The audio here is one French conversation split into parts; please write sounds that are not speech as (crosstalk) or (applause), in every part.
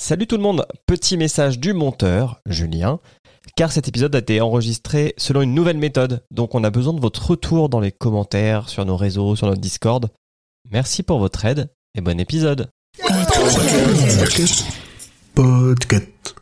Salut tout le monde, petit message du monteur, Julien, car cet épisode a été enregistré selon une nouvelle méthode, donc on a besoin de votre retour dans les commentaires, sur nos réseaux, sur notre Discord. Merci pour votre aide et bon épisode. Podcast.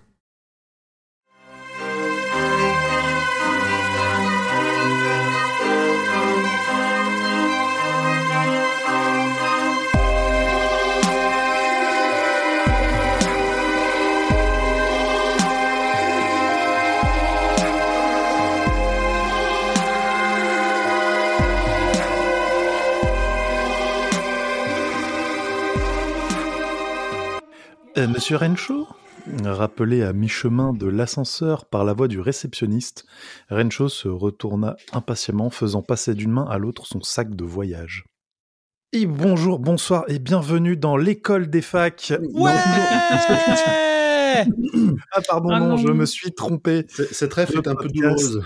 Euh, Monsieur Rencho, rappelé à mi-chemin de l'ascenseur par la voix du réceptionniste, Rencho se retourna impatiemment, faisant passer d'une main à l'autre son sac de voyage. Et bonjour, bonsoir et bienvenue dans l'école des facs. Ouais ah pardon, Ah non, non. je me suis trompé. C'est- Cette rêve Le est un peu podcast. douloureuse.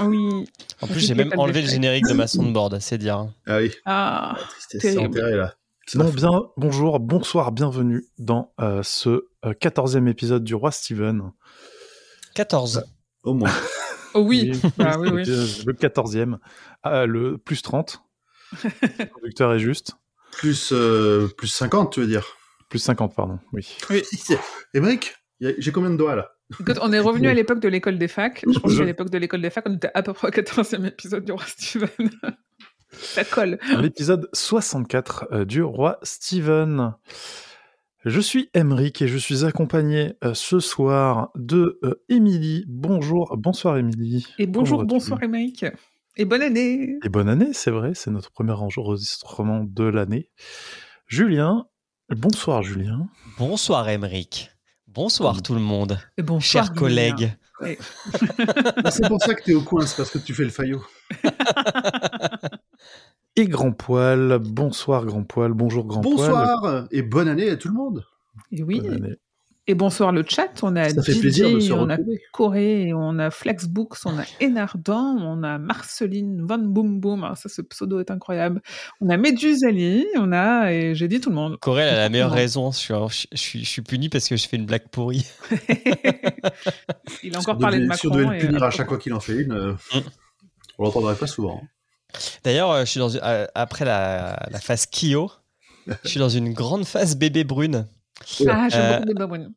Oui. En plus j'ai même enlevé le générique de ma soundboard, c'est dire. hein. Ah oui, Ah, la tristesse terrible. enterrée là. C'est Non, la fin. bien, bonjour, bonsoir, bienvenue dans euh, ce euh, 14e épisode du Roi Steven. 14. Au moins. oh oui. Ah, oui, (laughs) oui. Euh, Le 14e, Ah, le (laughs) plus 30. le conducteur est juste. Plus, euh, plus 50, tu veux dire. Plus 50, pardon, oui. (laughs) Et mec, y a- j'ai combien de doigts là Écoute, on est revenu à l'époque de l'école des facs. Je pense qu'à l'époque de l'école des facs, on était à peu près au 14e épisode du Roi Steven. (laughs) Ça colle. l'épisode 64 euh, du roi Steven. Je suis Emric et je suis accompagné euh, ce soir de euh, Émilie. Bonjour, bonsoir Émilie. Et bonjour, Comment vas-tu bonsoir, Émeric. Et bonne année. Et bonne année, c'est vrai, c'est notre premier enregistrement de l'année. Julien, bonsoir Julien. Bonsoir Emeric. Bonsoir tout le monde, Et bonsoir. chers Guillaume. collègues. Ah, C'est pour ça que t'es au coin, c'est parce que tu fais le faillot. Et Grand Poil, bonsoir Grand Poil, bonjour Grand Poil. Bonsoir et bonne année à tout le monde. Et oui. Bonne année. Et bonsoir, le chat. On a Ça fait Didi, plaisir de se on a retrouver. Corée, on a Flexbooks, on a Enardan, on a Marceline Van Boom Boom. Ah, ça, ce pseudo est incroyable. On a Méduse Ali, on a, et j'ai dit tout le monde. (laughs) Corel a la meilleure Exactement. raison, je suis, je suis- je suis puni parce que je fais une blague pourrie. Il Si a encore on parlé de devait- Macron. Si on devait et- le punir à chaque fois qu'il en fait une, euh, Mm. on l'entendrait pas souvent. D'ailleurs, euh, je suis dans une- euh, après la, la phase Kyo, je suis dans une grande phase bébé brune Ah, j'aime Euh, beaucoup les babouines.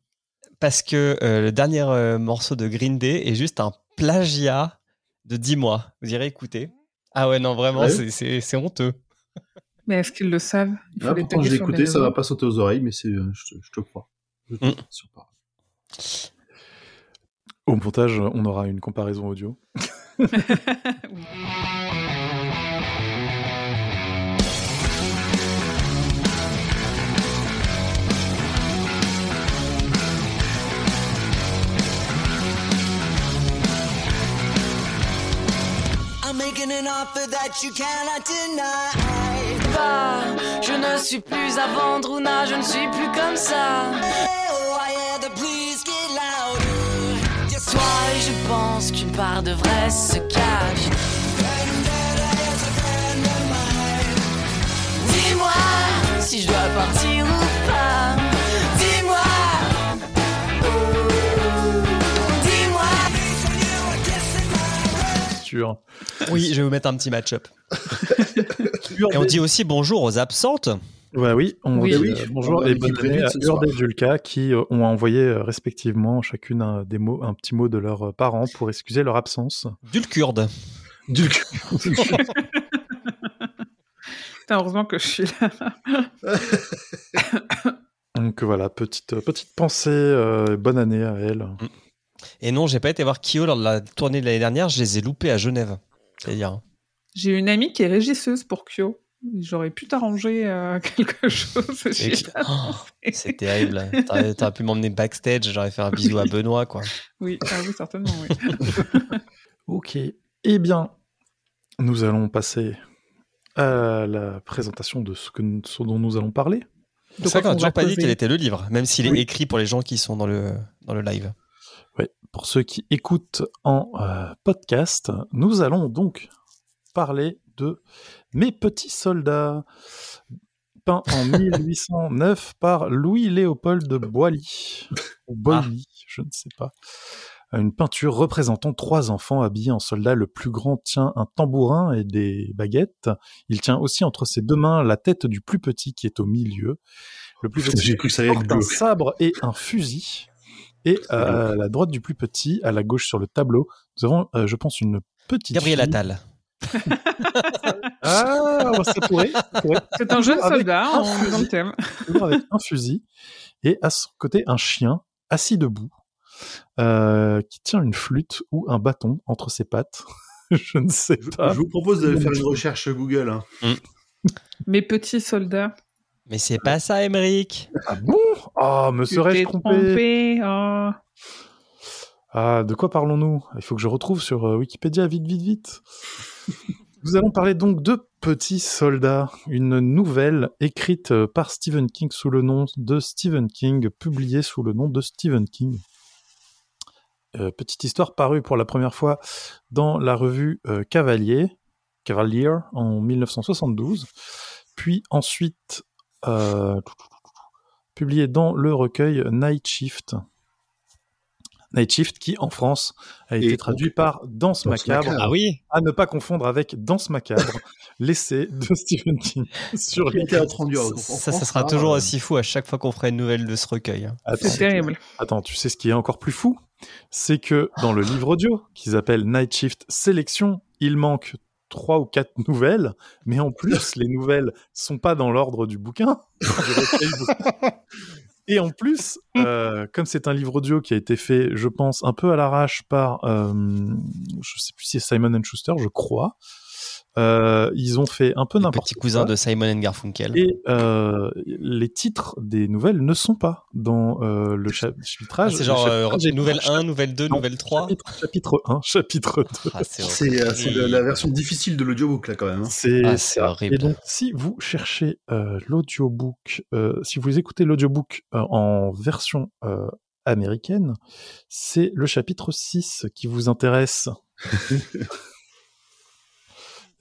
parce que euh, le dernier euh, morceau de Green Day est juste un plagiat de 10 mois. Vous irez écouter. Ah ouais, non, vraiment, Ouais. c'est- c'est c'est honteux. Mais est-ce qu'ils le savent Il faut Là, les Ah, pourtant, taguer j'ai sur les écouté, ça réseaux. va pas sauter aux oreilles, mais c'est, euh, je, te- je te crois. Je te Mm. crois sur parole. Au montage, on aura une comparaison audio. I'm making an offer that you cannot deny. pas. Je ne suis plus à vendre ou na, je ne suis plus comme ça. Oh, I hear the please get loud. Yes, Toi, je pense qu'une part de vrai se cache. Dis-moi si je dois partir ou pas. Dis-moi. Oh, Dis-moi. Sûr. Oui, je vais vous mettre un petit match-up. Et on dit aussi bonjour aux absentes. Bah oui, on Oui. dit, Oui. euh, bonjour On a et une bonne petite année réduite à ce soir. Urde et Julka qui euh, ont envoyé euh, respectivement chacune un, des mots, un petit mot de leurs euh, parents pour excuser leur absence. Dulcurde. Du Putain, heureusement que je suis là. Donc euh, voilà, petite, euh, petite pensée, euh, bonne année à elle. Et non, j'ai pas été voir Kyo lors de la tournée de l'année dernière, je les ai loupés à Genève. C'est-à-dire. J'ai une amie qui est régisseuse pour Kyo. J'aurais pu t'arranger euh, (laughs) quelque chose. Et j'y ai qui- pas Oh, pensé. C'est terrible. T'aurais t'aurais pu m'emmener backstage, j'aurais fait un bisou à Benoît, quoi. (laughs) Oui, ah oui, certainement. oui. Ok. Eh bien, nous allons passer à la présentation de ce, que, nous- ce dont nous allons parler. C'est De vrai quoi qu'on a qu'on va toujours pas dit causer. quel était le livre, même s'il Oui. est écrit pour les gens qui sont dans le, dans le live. Ouais, Pour ceux qui écoutent en euh, podcast, nous allons donc parler de Mes petits soldats, peint en 1809 par Louis-Léopold de Boilly. Ou Boilly, je ne sais pas. Une peinture représentant trois enfants habillés en soldats. Le plus grand tient un tambourin et des baguettes. Il tient aussi entre ses deux mains la tête du plus petit qui est au milieu. Le plus petit J'ai cru que ça allait être porte un glauque. sabre et un fusil. Et euh, à la droite du plus petit, à la gauche sur le tableau, nous avons, euh, je pense, une petite. Gabriel fille. Attal. Ah, ça pourrait. ça pourrait. C'est un jeune Avec soldat, un on est dans le thème. toujours avec un fusil et à son côté un chien assis debout euh, qui tient une flûte ou un bâton entre ses pattes. (laughs) Je ne sais Je, pas. je vous propose de faire une recherche Google. hein. Mes petits soldats. Mais c'est pas ça, Emmerich. Ah bon Ah, me Tu serais-je t'es trompé, trompé. oh. Ah, de quoi parlons-nous Il faut que je retrouve sur euh, Wikipédia vite, vite, vite. Nous allons parler donc de Petits soldats, une nouvelle écrite euh, par Stephen King sous le nom de Stephen King, publiée sous le nom de Stephen King. Euh, petite histoire parue pour la première fois dans la revue euh, Cavalier, Cavalier en 1972, puis ensuite euh, publiée dans le recueil Night Shift. Night Shift qui en France a été Et- traduit par Danse Danse macabre, macabre. Ah oui à ne pas confondre avec Danse macabre, l'essai de Stephen King sur Quel les théâtre en dur, en Ça, ça France, sera toujours euh, aussi fou à chaque fois qu'on fera une nouvelle de ce recueil. hein. Attends, C'est terrible. Attends, tu sais ce qui est encore plus fou C'est que dans le livre audio, qu'ils appellent Night Shift Sélection, il manque trois ou quatre nouvelles, mais en plus, les nouvelles sont pas dans l'ordre du bouquin. du recueil bouquin. Et en plus, euh, comme c'est un livre audio qui a été fait, je pense, un peu à l'arrache par, euh, je sais plus si c'est Simon Schuster, je crois. Euh, ils ont fait un peu Le n'importe petit quoi. cousin de Simon and Garfunkel. Et euh, les titres des nouvelles ne sont pas dans euh, le cha- Ah, chapitrage. c'est genre Le euh, chapitrage est- nouvelle 1, nouvelle 2, Non, nouvelle 3. Chapitre, chapitre 1, chapitre 2. (laughs) Ah, c'est horrible. C'est euh, c'est la, la version difficile de l'audiobook, là, quand même. hein. C'est Ah, c'est ça. horrible. Et donc, si vous cherchez euh, l'audiobook, euh, si vous écoutez l'audiobook euh, en version euh, américaine, c'est le chapitre 6 qui (laughs) vous intéresse.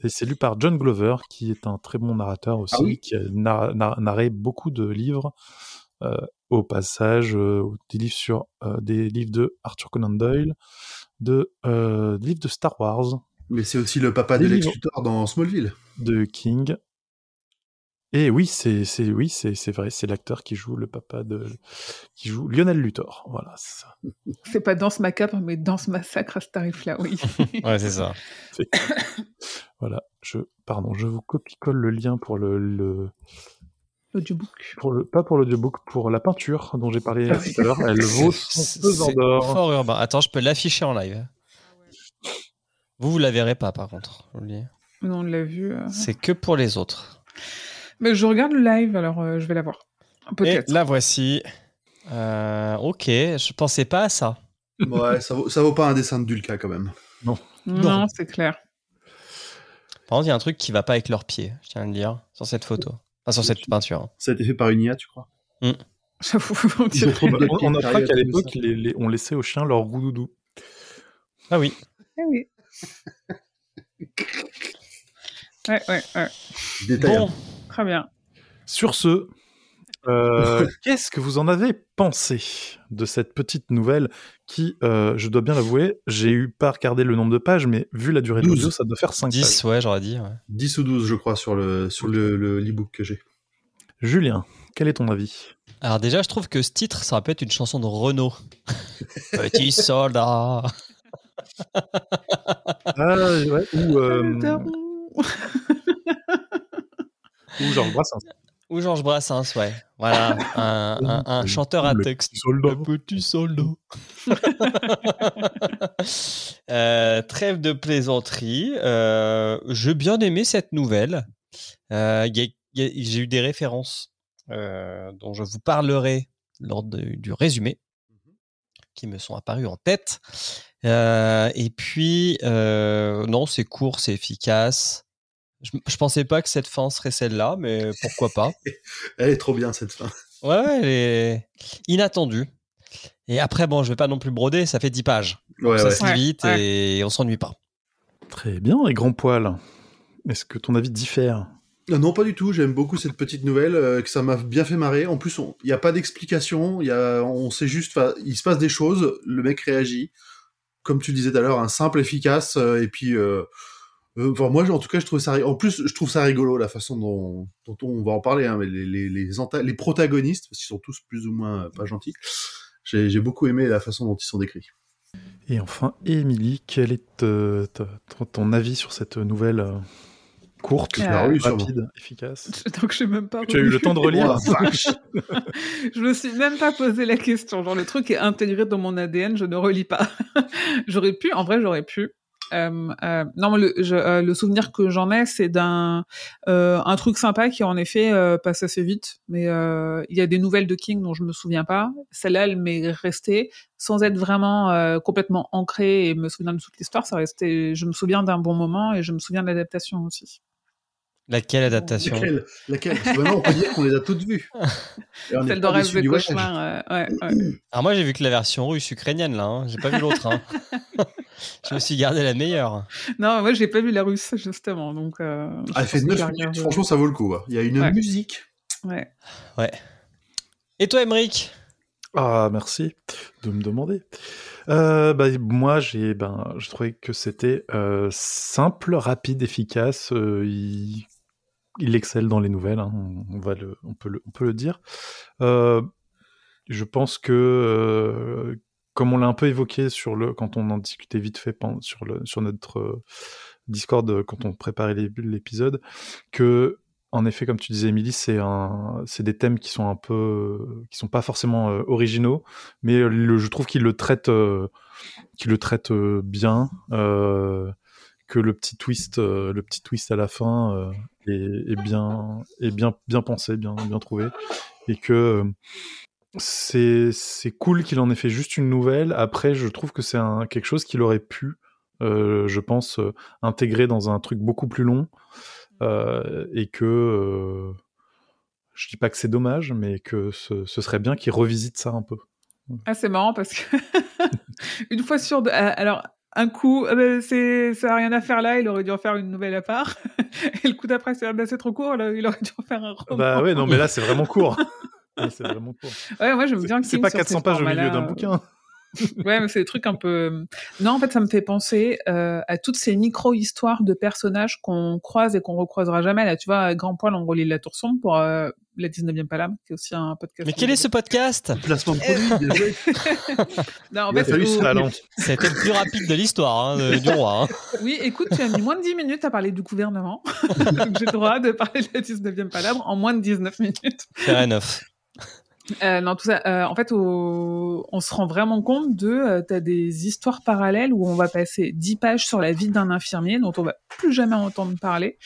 Et c'est lu par John Glover, qui est un très bon narrateur aussi, Ah oui qui a nar- nar- narré beaucoup de livres. euh, au passage, euh, des livres sur euh, des livres de Arthur Conan Doyle, de euh, des livres de Star Wars, Mais c'est aussi le papa Des de Lex livres. Luthor dans Smallville. de King. Et oui, c'est c'est- oui, c'est c'est vrai, c'est l'acteur qui joue le papa de qui joue Lionel Luthor. Voilà, c'est ça. C'est pas danse macabre, mais danse massacre à ce tarif-là, oui. Ouais, c'est ça. Voilà, je pardon, je vous copie-colle le lien pour le, le- L'audiobook. pour le pas pour l'audiobook, pour la peinture dont j'ai parlé Ah oui. tout à l'heure. Elle vaut son C'est pesant d'or. fort urbain. Attends, je peux l'afficher en live. Vous, vous la verrez pas, par contre. je vous le dis. Non, on l'a vu. euh. C'est que pour les autres. Mais je regarde le live, alors euh, je vais la voir. Et Peut-être. la voici. Euh, ok, je pensais pas à ça. Ouais, ça vaut, ça vaut pas un dessin de Dulca, quand même. Non, c'est clair. Par contre, il y a un truc qui va pas avec leurs pieds, je tiens à le dire, sur cette photo. Enfin, sur cette peinture. Ça a été fait par une IA, tu crois J'avoue, (laughs) Ils on ont (laughs) dirait. trop de On, on apprend carrière, qu'à tout l'époque, ça. les- les- on laissait aux chiens leur roudoudou. Ah oui. Ah Eh oui. Ouais, ouais, ouais. Détail. hein. Bon, Très bien. Sur ce, (laughs) euh, qu'est-ce que vous en avez pensé de cette petite nouvelle qui, euh, je dois bien l'avouer, j'ai eu pas regardé le nombre de pages, mais vu la durée de Douze. l'audio, ça doit faire 5 pages. 10, ouais, j'aurais dit. ouais. 10 ou 12, je crois, sur le sur le, le- l'e-book que j'ai. Julien, quel est ton avis Alors déjà, je trouve que ce titre, ça aurait pu être une chanson de Renaud. Petit soldat. Ah, ouais, ou, euh, Taron. ou genre Brassens. Ou Georges Brassens, ouais. Voilà, un, un- un chanteur à Le texte. petit soldat. Le petit soldat. (laughs) Euh, trêve de plaisanterie. Euh, J'ai bien aimé cette nouvelle. Euh, y a- y a- J'ai eu des références euh, dont je vous parlerai lors de- du résumé qui me sont apparues en tête. Euh, et puis, euh, non, c'est court, c'est efficace. Je, je pensais pas que cette fin serait celle-là, mais pourquoi pas. Elle est trop bien, cette fin. Ouais, ouais, elle est inattendue. Et après, bon, je vais pas non plus broder, ça fait 10 pages. Ouais, ça ouais. se Ouais, lit vite ouais. et on s'ennuie pas. Très bien, et Grand Poil, est-ce que ton avis diffère Ah Non, pas du tout. J'aime beaucoup cette petite nouvelle, euh, que ça m'a bien fait marrer. En plus, on- il n'y a pas d'explication. il Y a, on sait juste, enfin, il se passe des choses. Le mec réagit. Comme tu disais tout à l'heure, un simple, efficace. euh, et puis, euh, euh, enfin, moi, en tout cas, je trouve ça. ri- En plus, je trouve ça rigolo la façon dont, dont on on va en parler. hein, mais les, les, les, anta- les protagonistes, parce qu'ils sont tous plus ou moins euh, pas gentils. J'ai j'ai beaucoup aimé la façon dont ils sont décrits. Et enfin, Émilie, quel est euh, ta- ton- ton avis sur cette nouvelle euh, courte, Euh, Tu l'as relu, rapide, efficace (laughs) Donc je même pas. Tu as eu le temps de relire Oh, la vache. Je me suis même pas posé la question. Genre, le truc est intégré dans mon ADN, je ne relis pas. (laughs) j'aurais pu, en vrai, j'aurais pu. Euh, euh, non, mais le, je- euh, le souvenir que j'en ai, c'est d'un euh, un truc sympa qui en effet euh, passe assez vite. Mais euh, il y a des nouvelles de King dont je me souviens pas. Celle-là, elle m'est restée sans être vraiment euh, complètement ancrée et me souvenir de toute l'histoire. Ça restait. Je me souviens d'un bon moment et je me souviens de l'adaptation aussi. Laquelle adaptation Laquelle, laquelle Parce que maintenant, on peut dire qu'on les a toutes (laughs) vues. Et on n'est Celle pas de Rêve déçus de du voyage. cauchemar. euh, ouais, ouais. Alors moi j'ai vu que la version russe ukrainienne là, hein. j'ai pas vu l'autre. hein. je me suis gardé la meilleure. Non, moi j'ai pas vu la russe justement, donc. Euh, Ah, elle je fait 9 pense que je minutes, vais franchement, ça vaut le coup. hein. Il y a une Ouais. musique. regarder. Ouais. Et toi Emric Ah, merci de me demander. Euh, bah, moi, j'ai, ben, je trouvais que c'était euh, simple, rapide, efficace. euh, il, il excelle dans les nouvelles, hein, on, va le, on, peut le, on peut le dire. Euh, je pense que, euh, comme on l'a un peu évoqué sur le, quand on en discutait vite fait pen- sur, le, sur notre euh, Discord, euh, quand on préparait l'ép- l'épisode, que en effet, comme tu disais, Émilie, c'est un, c'est des thèmes qui sont un peu, qui sont pas forcément euh, originaux, mais euh, le- je trouve qu'il le traite, euh, qu'il le traite euh, bien, euh, que le petit twist, euh, le petit twist à la fin euh, est, est bien, est bien, bien pensé, bien, bien trouvé, et que euh, c'est, c'est cool qu'il en ait fait juste une nouvelle. Après, je trouve que c'est un, quelque chose qu'il aurait pu, euh, je pense, euh, intégrer dans un truc beaucoup plus long. Euh, et que euh, je dis pas que c'est dommage, mais que ce, ce serait bien qu'ils revisitent ça un peu. Ah, c'est marrant parce que (laughs) une fois sur deux, ah, alors un coup, ah ben, c'est ça a rien à faire là, il aurait dû en faire une nouvelle à part. (laughs) Et le coup d'après, c'est ah ben, c'est trop court, là, il aurait dû en faire un roman. Bah ouais, non, mais là c'est vraiment (laughs) court. Là, c'est vraiment court. ouais, moi j'aime bien. C'est- C'est King pas sur ces 400 pages au milieu formats-là, d'un euh, bouquin. Ouais, mais c'est des trucs un peu. euh, Non, en fait, ça me fait penser euh, à toutes ces micro-histoires de personnages qu'on croise et qu'on recroisera jamais. Là, tu vois, Grand Poil, on relit La Tour Sombre pour euh, la 19e Palame, qui est aussi un podcast. Mais quel est ce podcast Placement de Euh. produit, bien joué. Non, en Il a fait, fallu où- ça. Talent. C'était le plus rapide de l'histoire hein, de- du roi. hein. Oui, écoute, tu as mis moins de 10 minutes à parler du gouvernement. (laughs) Donc j'ai le droit de parler de la 19e palabre en moins de 19 minutes. Fair enough. Euh, non, tout ça. euh, en fait, au- on se rend vraiment compte de. euh, T'as des histoires parallèles où on va passer 10 pages sur la vie d'un infirmier dont on va plus jamais entendre parler.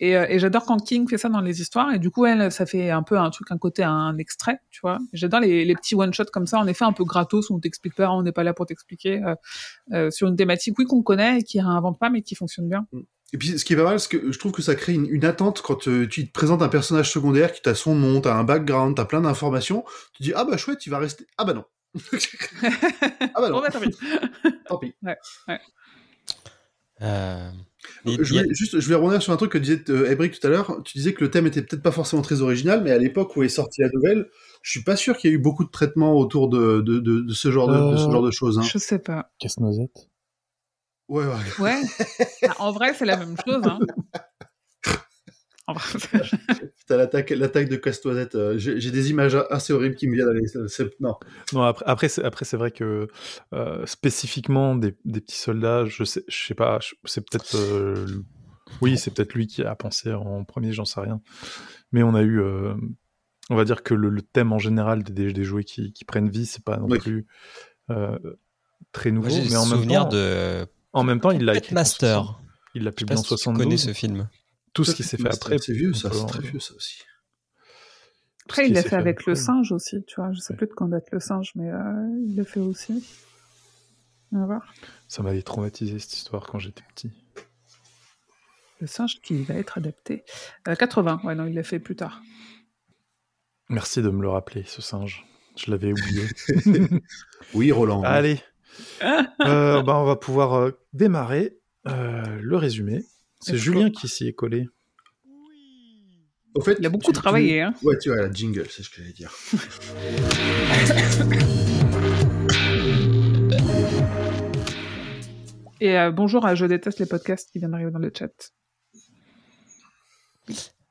Et, euh, et j'adore quand King fait ça dans les histoires. Et du coup, elle, ça fait un peu un truc, un côté, un extrait, tu vois. J'adore les, les petits one-shots comme ça. En effet, un peu gratos, où on t'explique pas, on n'est pas là pour t'expliquer. euh, euh, sur une thématique, oui, qu'on connaît et qui réinvente pas, mais qui fonctionne bien. Et puis, ce qui est pas mal, c'est que je trouve que ça crée une, une attente quand euh, tu te présentes un personnage secondaire qui t'a son nom, t'as un background, t'as plein d'informations. Tu dis, ah bah chouette, il va rester. Ah bah (laughs) non. ah bah non. Bon, bah, tant pis. Tant pis. Euh, il- Je il y a- voulais, juste, je voulais revenir sur un truc que disait euh, Emric tout à l'heure. Tu disais que le thème était peut-être pas forcément très original, mais à l'époque où est sortie la nouvelle, je suis pas sûr qu'il y ait eu beaucoup de traitements autour de, de, de, de ce, genre de, de ce genre de choses. Hein. Euh, Je sais pas. Casse-noisette. Ouais, ouais. (laughs) Ouais. Bah, en vrai, c'est la même chose. Hein. En vrai, c'est- T'as l'attaque, l'attaque de Castoisette. j'ai, j'ai des images assez horribles qui me viennent à l'es- euh, c'est- Non. Non, après, après, c'est, après, c'est vrai que euh, spécifiquement des, des petits soldats, je sais, je sais pas, je- c'est peut-être. euh, le- oui, c'est peut-être lui qui a pensé en premier, j'en sais rien. Mais on a eu. euh, on va dire que le, le thème en général des, des, des jouets qui, qui prennent vie, c'est pas non Oui. plus euh, très nouveau. moi, j'ai mais le en même, temps, souvenir de en même temps, il l'a Pet écrit. en 60, Master. il l'a Je publié sais pas en si tu connais 72. ce film. Tout ce qui s'est fait après. C'est vieux, ça. on peut- C'est très vieux, ça aussi. tout ce Après, qui il l'a s'est fait avec le après. singe aussi, tu vois. Je sais Ouais. plus de quand date le singe, mais euh, il le fait aussi. On va voir. Ça m'avait traumatisé cette histoire quand j'étais petit. Le singe qui va être adapté. Euh, 80, ouais, non, il l'a fait plus tard. Merci de me le rappeler, ce singe. Je (laughs) l'avais oublié. Oui, Roland. Allez, (laughs) Euh, bah, on va pouvoir euh, démarrer euh, le résumé. C'est Let's Julien qui s'y est collé. Oui. Au fait, Il a beaucoup tu- tu- travaillé. Hein. Ouais, tu vois, la jingle, c'est ce que j'allais dire. Et euh, bonjour à Je déteste les podcasts qui vient d'arriver dans le chat.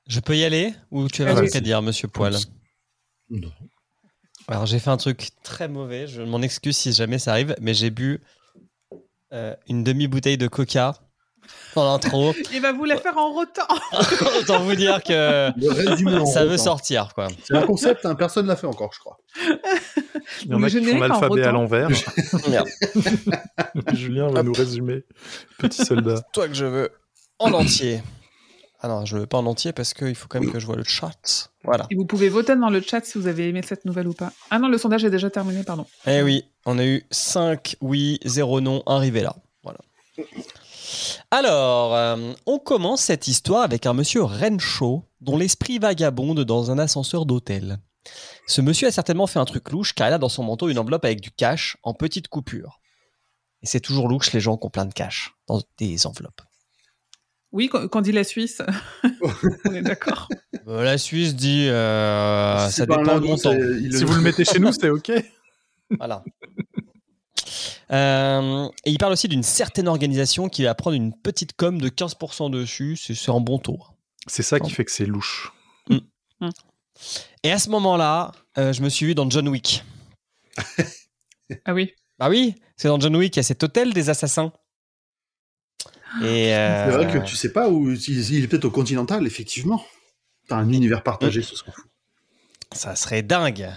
Je peux y aller ou tu as un Vas-y. truc à dire, monsieur Poil Non. Alors j'ai fait un truc très mauvais, je m'en excuse si jamais ça arrive, mais j'ai bu euh, une demi-bouteille de coca dans (laughs) l'intro. Il va vous la faire en rotant. (laughs) Autant vous dire que Le reste du monde. ça en veut rotant. sortir, quoi. C'est un concept, hein, personne l'a fait encore, je crois. Il y en Le a qui font générique en l'alphabet (laughs) rotant. à l'envers. Merde. (laughs) Julien va Hop. nous résumer. (laughs) Petit soldat. Toi que je veux en entier. Ah non, je le veux pas en entier parce qu'il faut quand même que je vois le chat. Voilà. Et vous pouvez voter dans le chat si vous avez aimé cette nouvelle ou pas. Ah non, le sondage est déjà terminé, pardon. Eh oui, on a eu 5 oui, 0 non, arrivé là. Voilà. Alors, euh, on commence cette histoire avec un monsieur Renshaw dont l'esprit vagabonde dans un ascenseur d'hôtel. Ce monsieur a certainement fait un truc louche car il a dans son manteau une enveloppe avec du cash en petite coupure. Et c'est toujours louche les gens qui ont plein de cash dans des enveloppes. Oui, quand quand dit la Suisse, (laughs) on est d'accord. Euh, La Suisse dit euh, Si ça c'est pas un dépend de lundi, mon temps. c'est- il Si vous le mettez chez nous, c'est OK. Voilà. Euh, et il parle aussi d'une certaine organisation qui va prendre une petite com de 15% dessus, c'est c'est un bon tour. C'est ça qui fait que c'est louche. Et à ce moment-là, euh, je me suis vu dans John Wick. Ah oui. Bah oui, c'est dans John Wick, il y a cet hôtel des assassins. Et euh, C'est vrai que tu sais pas où. Il il est peut-être au Continental, effectivement. T'as un univers partagé, ce serait fou. ça serait dingue.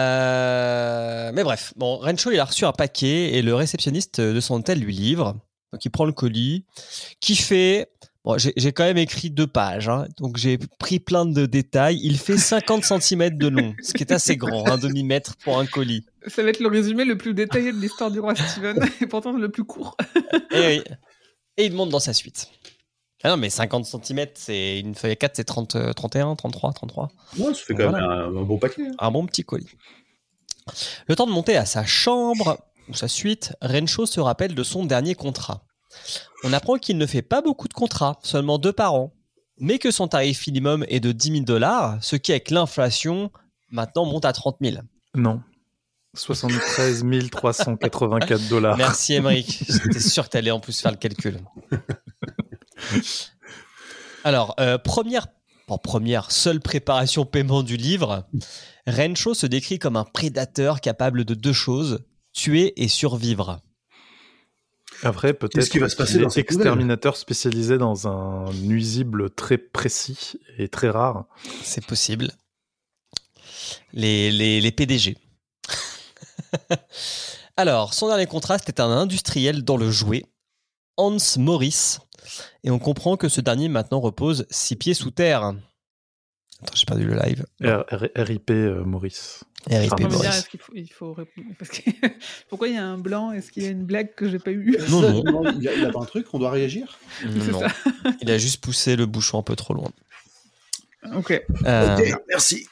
Euh, mais bref, bon, Rencho il a reçu un paquet et le réceptionniste de son hôtel lui livre. Donc il prend le colis, qui fait. Bon, j'ai j'ai quand même écrit deux pages, hein. donc j'ai pris plein de détails. Il fait 50 cm de long, ce qui est assez grand, un demi-mètre pour un colis. Ça va être le résumé le plus détaillé de l'histoire du roi (laughs) Steven, et pourtant le plus court. Et, oui. Et il monte dans sa suite. Ah non, mais 50 cm, c'est une feuille à 4, c'est 30, euh, 31, 33, 33. Ouais, ça fait quand Voilà. même un, un bon paquet. hein. un bon petit colis. Le temps de monter à sa chambre ou sa suite, Rencho se rappelle de son dernier contrat. On apprend qu'il ne fait pas beaucoup de contrats, seulement deux par an, mais que son tarif minimum est de 10 000 dollars, ce qui avec l'inflation maintenant monte à 30 000. Non. 73 384 dollars. Merci Émeric, j'étais sûr que t'allais en plus faire le calcul. Alors, euh, première, bon, première, seule préparation paiement du livre, Rencho se décrit comme un prédateur capable de deux choses, tuer et survivre. Après, peut-être Qu'est-ce qui va se passer qu'il dans est cette nouvelle exterminateur spécialisé dans un nuisible très précis et très rare. C'est possible. Les, les, les PDG. (laughs) Alors, son dernier contrat, c'était un industriel dans le jouet, Hans Morris. Et on comprend que ce dernier maintenant repose six pieds sous terre. Attends, j'ai perdu le live. R- R- RIP euh, Maurice. RIP Mais Attends, mais Morris. dire, est-ce qu'il faut, il faut répondre Parce que- (laughs) Pourquoi il y a un blanc Est-ce qu'il y a une blague que j'ai pas eue Non, hein. non. Ça, je me demande, Il, a, il a pas un truc, on doit réagir (laughs) C'est Non. ça. Il a juste poussé le bouchon un peu trop loin. (laughs) Ok. Euh, Ok, merci.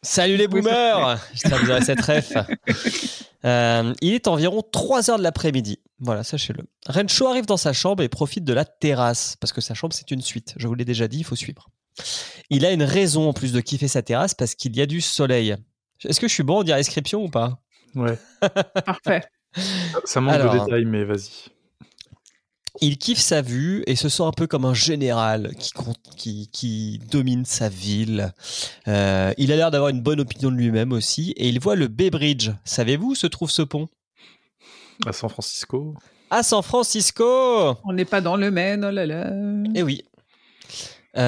Salut les Oui, ça (laughs) boomers J'espère que vous aurez cette ref. Euh, il est environ 3 heures de l'après-midi. Voilà, sachez-le. Rencho arrive dans sa chambre et profite de la terrasse, parce que sa chambre, c'est une suite. Je vous l'ai déjà dit, il faut suivre. Il a une raison en plus de kiffer sa terrasse, parce qu'il y a du soleil. Est-ce que je suis bon en dire description ou pas (laughs) Ouais. Parfait. Ça manque de Alors. détails, mais vas-y. Il kiffe sa vue et se sent un peu comme un général qui, compte- qui, qui domine sa ville. Euh, il a l'air d'avoir une bonne opinion de lui-même aussi, et il voit le Bay Bridge. Savez-vous où se trouve ce pont À San Francisco. À San Francisco On n'est pas dans le Maine, oh là là. Eh oui.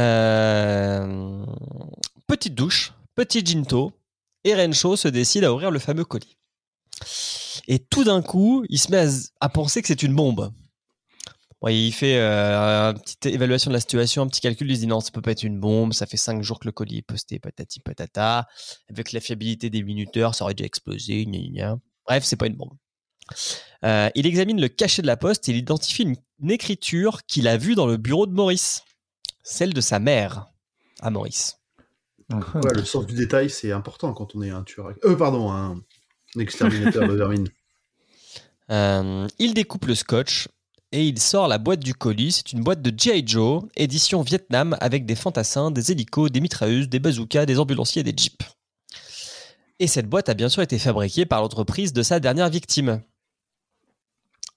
Euh, Petite douche, petit ginto, et Rencho se décide à ouvrir le fameux colis. Et tout d'un coup, il se met à, à penser que c'est une bombe. Bon, il fait euh, une petite évaluation de la situation, un petit calcul, il se dit non, ça peut pas être une bombe, ça fait 5 jours que le colis est posté, patati patata, avec la fiabilité des minuteurs, ça aurait dû exploser, gna gna gna. Bref, c'est pas une bombe. Euh, il examine le cachet de la poste et il identifie une, une écriture qu'il a vue dans le bureau de Maurice, celle de sa mère à Maurice. Ouais, Ah, le sens du détail, c'est important quand on est un tueur. à- Euh, pardon, (laughs) un exterminateur de vermine. Euh, il découpe le scotch et il sort la boîte du colis. C'est une boîte de G.I. Joe, édition Vietnam, avec des fantassins, des hélicos, des mitrailleuses, des bazookas, des ambulanciers et des jeeps. Et cette boîte a bien sûr été fabriquée par l'entreprise de sa dernière victime.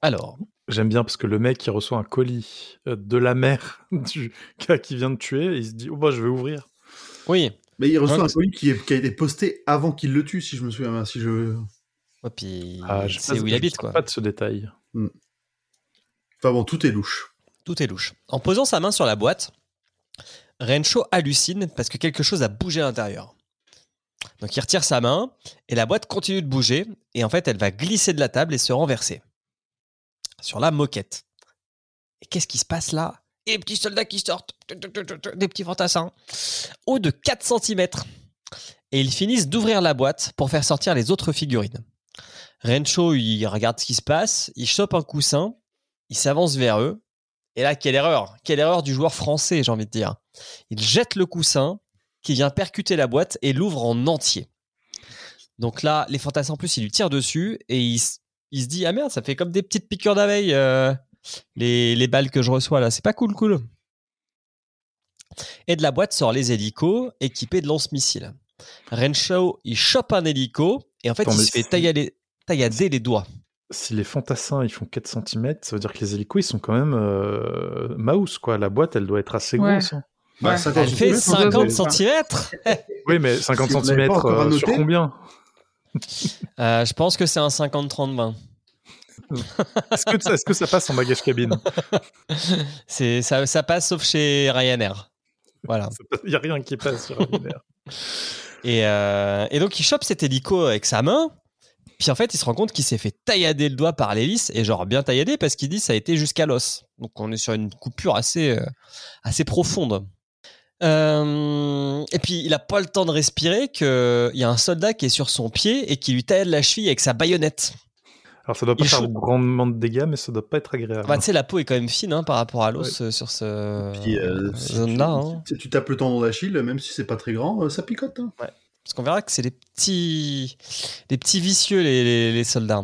Alors, J'aime bien parce que le mec, il reçoit un colis euh, de la mère (laughs) du gars qui vient de tuer et il se dit Oh, bah, je vais ouvrir. oui, Mais il reçoit Ouais, un colis qui, est- qui a été posté avant qu'il le tue, si je me souviens bien. Si je... et oh, puis Ah, je c'est passe- où il je habite sors quoi. Pas de ce détail. Enfin bon, tout est louche. Tout est louche. En posant sa main sur la boîte, Rencho hallucine parce que quelque chose a bougé à l'intérieur. Donc il retire sa main et la boîte continue de bouger et en fait elle va glisser de la table et se renverser sur la moquette. Et qu'est-ce qui se passe là Et les petits soldats qui sortent, des petits fantassins, haut de 4 cm. Et ils finissent d'ouvrir la boîte pour faire sortir les autres figurines. Rencho, il regarde ce qui se passe, il chope un coussin, il s'avance vers eux et là, quelle erreur Quelle erreur du joueur français, j'ai envie de dire. Il jette le coussin qui vient percuter la boîte et l'ouvre en entier. Donc là, les fantassins en plus, ils lui tirent dessus et il, s- il se dit Ah merde, ça fait comme des petites piqûres d'abeilles, euh, les, les balles que je reçois là. C'est pas cool, cool. Et de la boîte sort les hélicos équipés de lance-missiles. Renshaw, il chope un hélico et en fait, Attends, il mais se fait c'est- taillader, taillader les doigts. Si les fantassins, ils font 4 cm, ça veut dire que les hélicos, ils sont quand même euh, mouse, quoi. La boîte, elle doit être assez Ouais. grosse. hein. Bah, Ouais. 50 Elle fait centimètres, hein, 50 c'est- centimètres Oui, mais 50 Si vous l'avez cm pas encore à sur noter. combien Euh, je pense que c'est un 50-30-20. Est-ce que, ça- est-ce que ça passe en bagage (laughs) cabine C'est ça, ça passe sauf chez Ryanair. Voilà. Il n'y a rien qui passe sur l'univers. Et, euh, et donc il chope cet hélico avec sa main. Puis en fait, il se rend compte qu'il s'est fait taillader le doigt par l'hélice et genre bien taillader parce qu'il dit ça a été jusqu'à l'os. Donc on est sur une coupure assez euh, assez profonde. Euh, et puis il a pas le temps de respirer que il y a un soldat qui est sur son pied et qui lui taille la cheville avec sa baïonnette. Alors, ça doit pas Il faire shoot. grandement de dégâts, mais ça doit pas être agréable. Bah, Enfin, tu sais, la peau est quand même fine hein, par rapport à l'os euh, sur ce Puis, euh, si tu, zone-là. hein. si tu tapes le tendon d'Achille, même si c'est pas très grand, euh, ça picote. hein. Parce qu'on verra que c'est des petits, des petits vicieux, les, les- les soldats.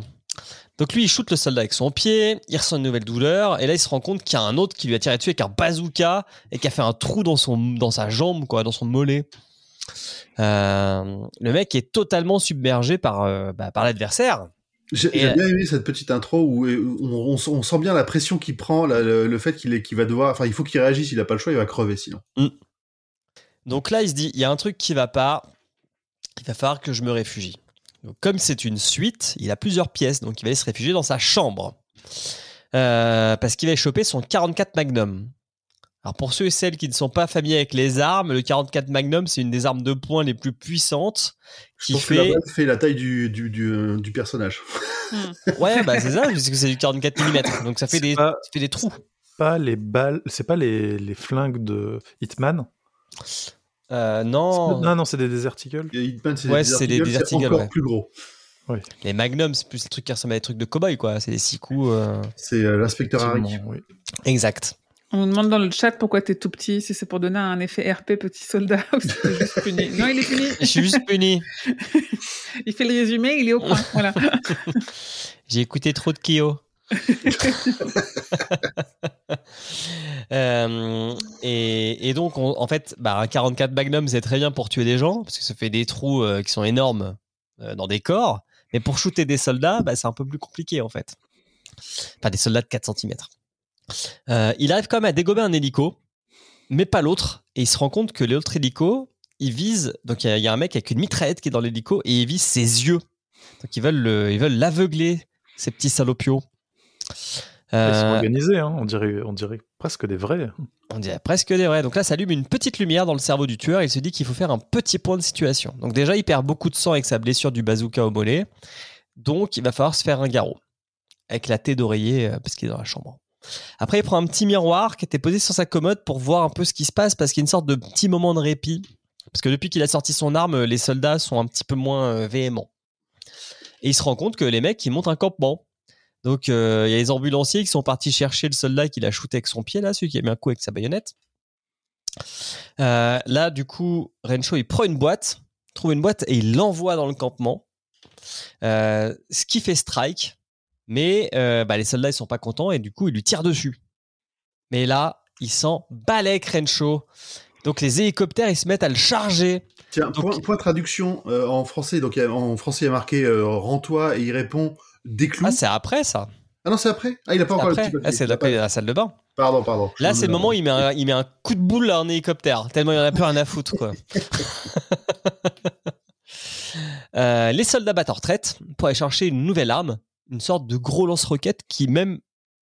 Donc lui, il shoot le soldat avec son pied, il ressent une nouvelle douleur, et là, il se rend compte qu'il y a un autre qui lui a tiré dessus avec un bazooka et qui a fait un trou dans, son, dans sa jambe, quoi, dans son mollet. Euh, le mec est totalement submergé par, euh, bah, par l'adversaire. J'ai Et, j'ai euh, bien aimé cette petite intro où euh, on, on- on sent bien la pression qu'il prend, la- le, le fait qu'il est- qu'il va devoir. Enfin, il faut qu'il réagisse, il a pas le choix, il va crever sinon. Donc là, il se dit, il y a un truc qui va pas, il va falloir que je me réfugie. Donc, comme c'est une suite, il a plusieurs pièces, donc il va aller se réfugier dans sa chambre. Euh, parce qu'il va y choper son 44 Magnum. Alors pour ceux et celles qui ne sont pas familiers avec les armes, le 44 Magnum, c'est une des armes de poing les plus puissantes. Je Qui pense que la fait... balle fait la taille du, du, du, euh, du personnage. Ouais, bah (laughs) c'est ça, parce que c'est du 44 mm, donc ça fait, C'est des, pas- ça fait des trous. pas les balles, c'est pas les, les flingues de Hitman. Euh, C'est pas- non, Non, non, c'est des déserticles. Et Hitman, c'est Ouais, des c'est des Articles, c'est Articles, encore ouais. plus gros. les Magnums, c'est plus le truc qui ressemble à des trucs de cow-boy, quoi. C'est des six coups. euh, C'est euh, l'inspecteur Harry. oui. Exact. On nous demande dans le chat pourquoi t'es tout petit, si c'est pour donner un effet RP petit soldat (laughs) ou si t'es juste puni. Non, il est puni. Je suis juste puni. Il fait le résumé, il est au coin. Voilà. J'ai écouté trop de Kyo. Euh, et, et donc, on- en fait, bah, un 44 Magnum, c'est très bien pour tuer des gens, parce que ça fait des trous euh, qui sont énormes euh, dans des corps. Mais pour shooter des soldats, bah, c'est un peu plus compliqué, en fait. Enfin, des soldats de 4 cm. il arrive quand même à dégommer un hélico, mais pas l'autre. Et il se rend compte que l'autre hélico, il vise. Donc, il y a- il y, a un mec avec une mitraillette qui est dans l'hélico et il vise ses yeux. Donc, ils veulent le- ils veulent l'aveugler, ces petits salopios. Ils sont Euh, organisés, hein, on, dirait, on dirait presque des vrais. on dirait presque des vrais. Donc là, s'allume une petite lumière dans le cerveau du tueur. Il se dit qu'il faut faire un petit point de situation. Donc déjà, il perd beaucoup de sang avec sa blessure du bazooka au mollet. Donc, il va falloir se faire un garrot. Avec la thé d'oreiller, euh, parce qu'il est dans la chambre. Après, il prend un petit miroir qui était posé sur sa commode pour voir un peu ce qui se passe, parce qu'il y a une sorte de petit moment de répit. Parce que depuis qu'il a sorti son arme, euh, les soldats sont un petit peu moins euh, véhéments. Et il se rend compte que les mecs, ils montent un campement. Donc, euh, il y a les ambulanciers qui sont partis chercher le soldat qu'il a shooté avec son pied, là, celui qui a mis un coup avec sa baïonnette. Euh, là, du coup, Rencho, il prend une boîte, trouve une boîte et il l'envoie dans le campement. Euh, ce qui fait strike, Mais euh, bah, les soldats, ils sont pas contents et du coup, ils lui tirent dessus. Mais là, il s'en balèque Rencho. Donc les hélicoptères, ils se mettent à le charger. Tiens, Donc- point, point traduction euh, en français. Donc, il y a- en français, il y a marqué euh, Rends-toi et il répond Des clous. Ah, Ah, c'est après ça. non, c'est après Ah, il a pas encore Après, le petit Ah, c'est papier. après la salle de bain. Pardon, pardon. Là, c'est le moment où il met, un, il met un coup de boule à un hélicoptère, tellement il en a plus rien à foutre. Quoi. Euh, les soldats battent en retraite pour aller chercher une nouvelle arme, une sorte de gros lance-roquette qui, même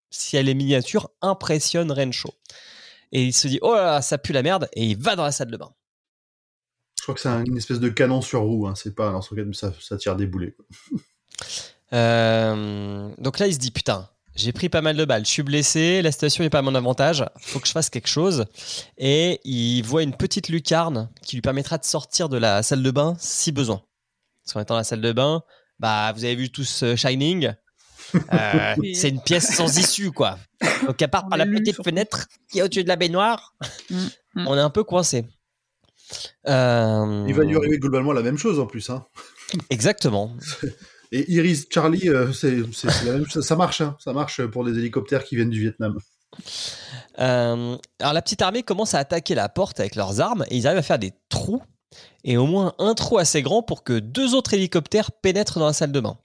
si elle est miniature, impressionne Rencho. Et il se dit, oh là là, ça pue la merde, et il va dans la salle de bain. Je crois que c'est un- une espèce de canon sur roue. hein. C'est pas un lance-roquette, mais ça, ça tire des boulets. quoi. Euh, donc là, il se dit putain, j'ai pris pas mal de balles, je suis blessé, la situation n'est pas à mon avantage, faut que je fasse quelque chose. Et il voit une petite lucarne qui lui permettra de sortir de la salle de bain si besoin. Parce qu'en étant dans la salle de bain, bah vous avez vu tous euh, Shining. Euh, (laughs) Oui. c'est une pièce sans issue quoi. Donc à part On par l'a la lu, petite surtout. fenêtre qui est au-dessus de la baignoire, Mm, mm. on est un peu coincé. Euh, Il va lui arriver globalement la même chose en plus. Hein. Exactement. Et Iris, Charlie, euh, c'est c'est- c'est la même chose. Ça marche, hein. ça marche pour des hélicoptères qui viennent du Vietnam. Euh, alors la petite armée commence à attaquer la porte avec leurs armes et ils arrivent à faire des trous et au moins un trou assez grand pour que deux autres hélicoptères pénètrent dans la salle de bain.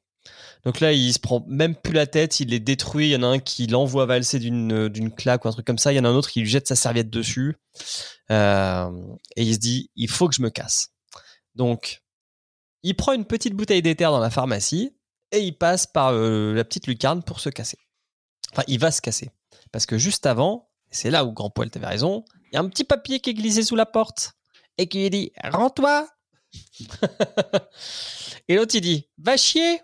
Donc là, il se prend même plus la tête, il les détruit. Il y en a un qui l'envoie valser d'une euh, d'une claque ou un truc comme ça. Il y en a un autre qui lui jette sa serviette dessus. Euh, et il se dit, il faut que je me casse. Donc, il prend une petite bouteille d'éther dans la pharmacie et il passe par euh, la petite lucarne pour se casser. Enfin, il va se casser. Parce que juste avant, c'est là où Grand Poil t'avait raison, il y a un petit papier qui est glissé sous la porte et qui lui dit Rends-toi (laughs) Et l'autre il dit Va chier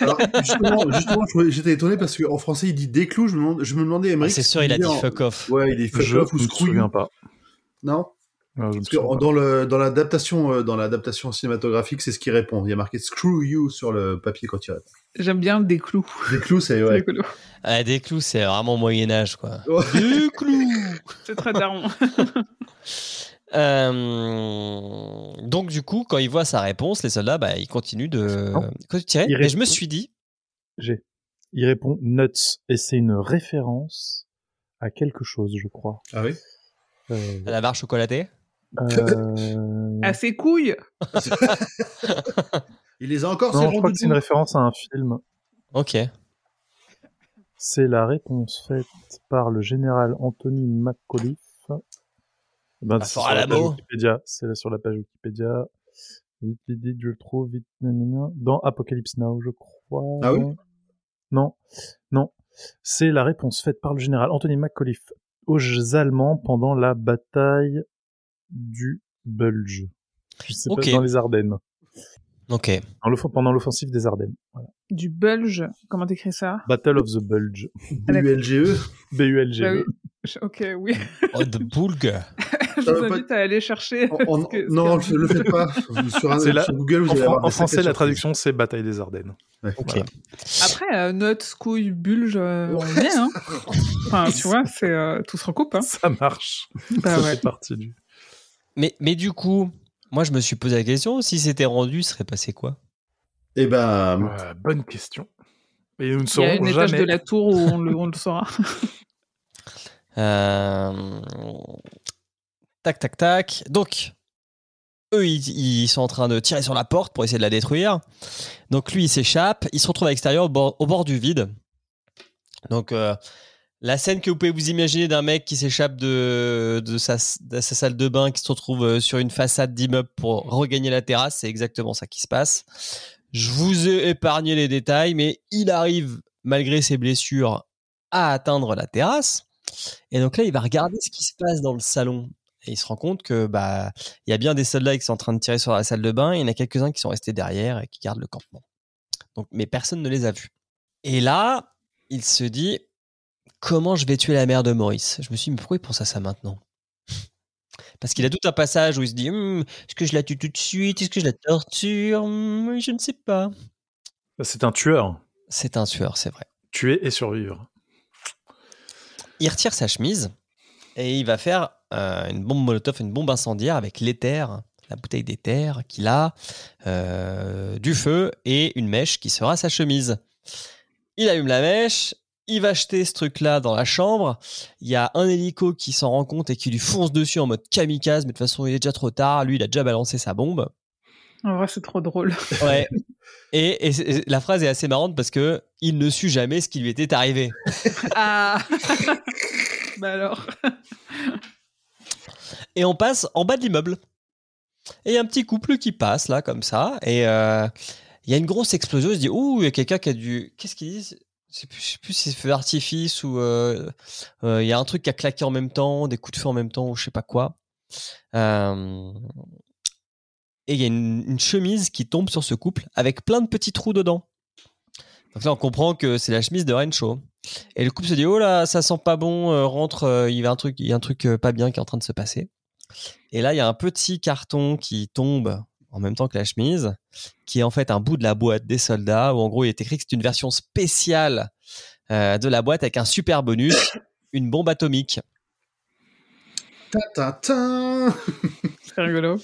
Alors, justement, justement, je- j'étais étonné parce qu'en français, il dit des clous. Je me, demande- je me demandais, Émeric, Ah, C'est si sûr, il a dit disait en- fuck off. Ouais, il est fuck Je off ou ne me screw you. souviens pas. Non Ah, je me hein, Parce que souviens en- pas. dans le dans l'adaptation euh, dans l'adaptation cinématographique, c'est ce qu'il répond. Il y a marqué screw you sur le papier quand il répond. J'aime bien des clous. Des clous, c'est C'est ouais. rigolo. Ah, des clous, c'est vraiment Moyen-Âge quoi. Ouais. Des clous (laughs) C'est très daron. Euh, Donc, du coup, quand ils voient sa réponse, les soldats, bah, ils continuent de, Non. ils continuent de tirer. Ils Mais je me restent- suis dit J'ai. Il répond nuts et c'est une référence à quelque chose, je crois. (laughs) Ah oui. (laughs) Euh, à la barre chocolatée euh, À ses couilles. Il les a encore. ces Non, je ronds crois de que c'est une doux. référence à un film. Ok. C'est la réponse faite par le général Anthony McAuliffe. Ben, Ah, c'est fort sur à la la page mot. Wikipédia. C'est là sur la page Wikipédia. Vite, vite, vite, je le trouve, vite, nanana. Dans Apocalypse Now, je crois. Ah oui Non, non. C'est la réponse faite par le général Anthony McAuliffe aux Allemands pendant la bataille du Bulge. Je sais Ok. pas, dans les Ardennes. Ok. Dans l'off- pendant l'offensive des Ardennes. Voilà. Du bulge. Comment t'écris ça Battle of the Bulge. (laughs) BULGE. B-U-L-G. Bah oui. Je- Ok, oui. (laughs) Oh, de boulgue Je Ça vous veut pas- invite à aller chercher. En- ce en- que- ce non, que- le faites pas. Sur, un- (laughs) C'est la- sur Google, vous En, allez fran- avoir en des français, la sacrées traduction, c'est Bataille des Ardennes. Ok. Voilà. Après, euh, notes, couilles, bulge, euh, on y est, (laughs) hein. Enfin, tu vois, c'est euh, tout se recoupe. Hein. Ça marche. Bah ça ouais. fait partie du. Mais, mais du coup, moi, je me suis posé la question si c'était rendu, serait passé quoi surprises. Eh ben, Ouais, Ah, bonne question. Et nous ne Il y a saurons une étage de jamais. la tour où on le, on le saura. Euh, Tac, tac, tac. Donc, eux, ils, ils sont en train de tirer sur la porte pour essayer de la détruire. Donc, lui, il s'échappe. Il se retrouve à l'extérieur, au bord, au bord du vide. Donc, euh, la scène que vous pouvez vous imaginer d'un mec qui s'échappe de, de, sa, de sa salle de bain, qui se retrouve euh, sur une façade d'immeuble pour regagner la terrasse, c'est exactement ça qui se passe. Je vous ai épargné les détails, mais il arrive, malgré ses blessures, à atteindre la terrasse. Et donc là, il va regarder ce qui se passe dans le salon. Et il se rend compte que bah il y a bien des soldats qui sont en train de tirer sur la salle de bain. Il y en a quelques-uns qui sont restés derrière et qui gardent le campement. Donc, mais personne ne les a vus. Et là, il se dit comment je vais tuer la mère de Maurice Je me suis dit, mais pourquoi il pense à ça maintenant Parce qu'il a tout un passage où il se dit Hum, est-ce que je la tue tout de suite Est-ce que je la torture Hum, Je ne sais pas. Bah, C'est un tueur. C'est un tueur, c'est vrai. Tuer et survivre. Il retire sa chemise et il va faire euh, une bombe molotov, une bombe incendiaire avec l'éther, la bouteille d'éther qu'il a, euh, du feu et une mèche qui sera sa chemise. il allume la mèche, il va jeter ce truc-là dans la chambre. Il y a un hélico qui s'en rend compte et qui lui fonce dessus en mode kamikaze, mais de toute façon, il est déjà trop tard. Lui, il a déjà balancé sa bombe. En vrai, c'est trop drôle. Ouais. Et, et c'est- la phrase est assez marrante parce que il ne sut jamais ce qui lui était arrivé. Ah (laughs) Bah alors. Et on passe en bas de l'immeuble. Et il y a un petit couple qui passe là comme ça. Et euh, il y a une grosse explosion. Il se dit ouh, il y a quelqu'un qui a du. Qu'est-ce qu'ils disent Je sais plus- je sais plus si c'est fait d'artifice ou euh, euh, il y a un truc qui a claqué en même temps, des coups de feu en même temps ou je sais pas quoi. Euh, Et il y a une, une chemise qui tombe sur ce couple avec plein de petits trous dedans. Donc là, on comprend que c'est la chemise de Rencho. Et le couple se dit oh là, ça sent pas bon. euh, rentre, euh, il y a un truc, il y a un truc euh, pas bien qui est en train de se passer. Et là, il y a un petit carton qui tombe en même temps que la chemise, qui est en fait un bout de la boîte des soldats, où en gros, il est écrit que c'est une version spéciale euh, de la boîte avec un super bonus, (coughs) une bombe atomique. Tintin C'est rigolo.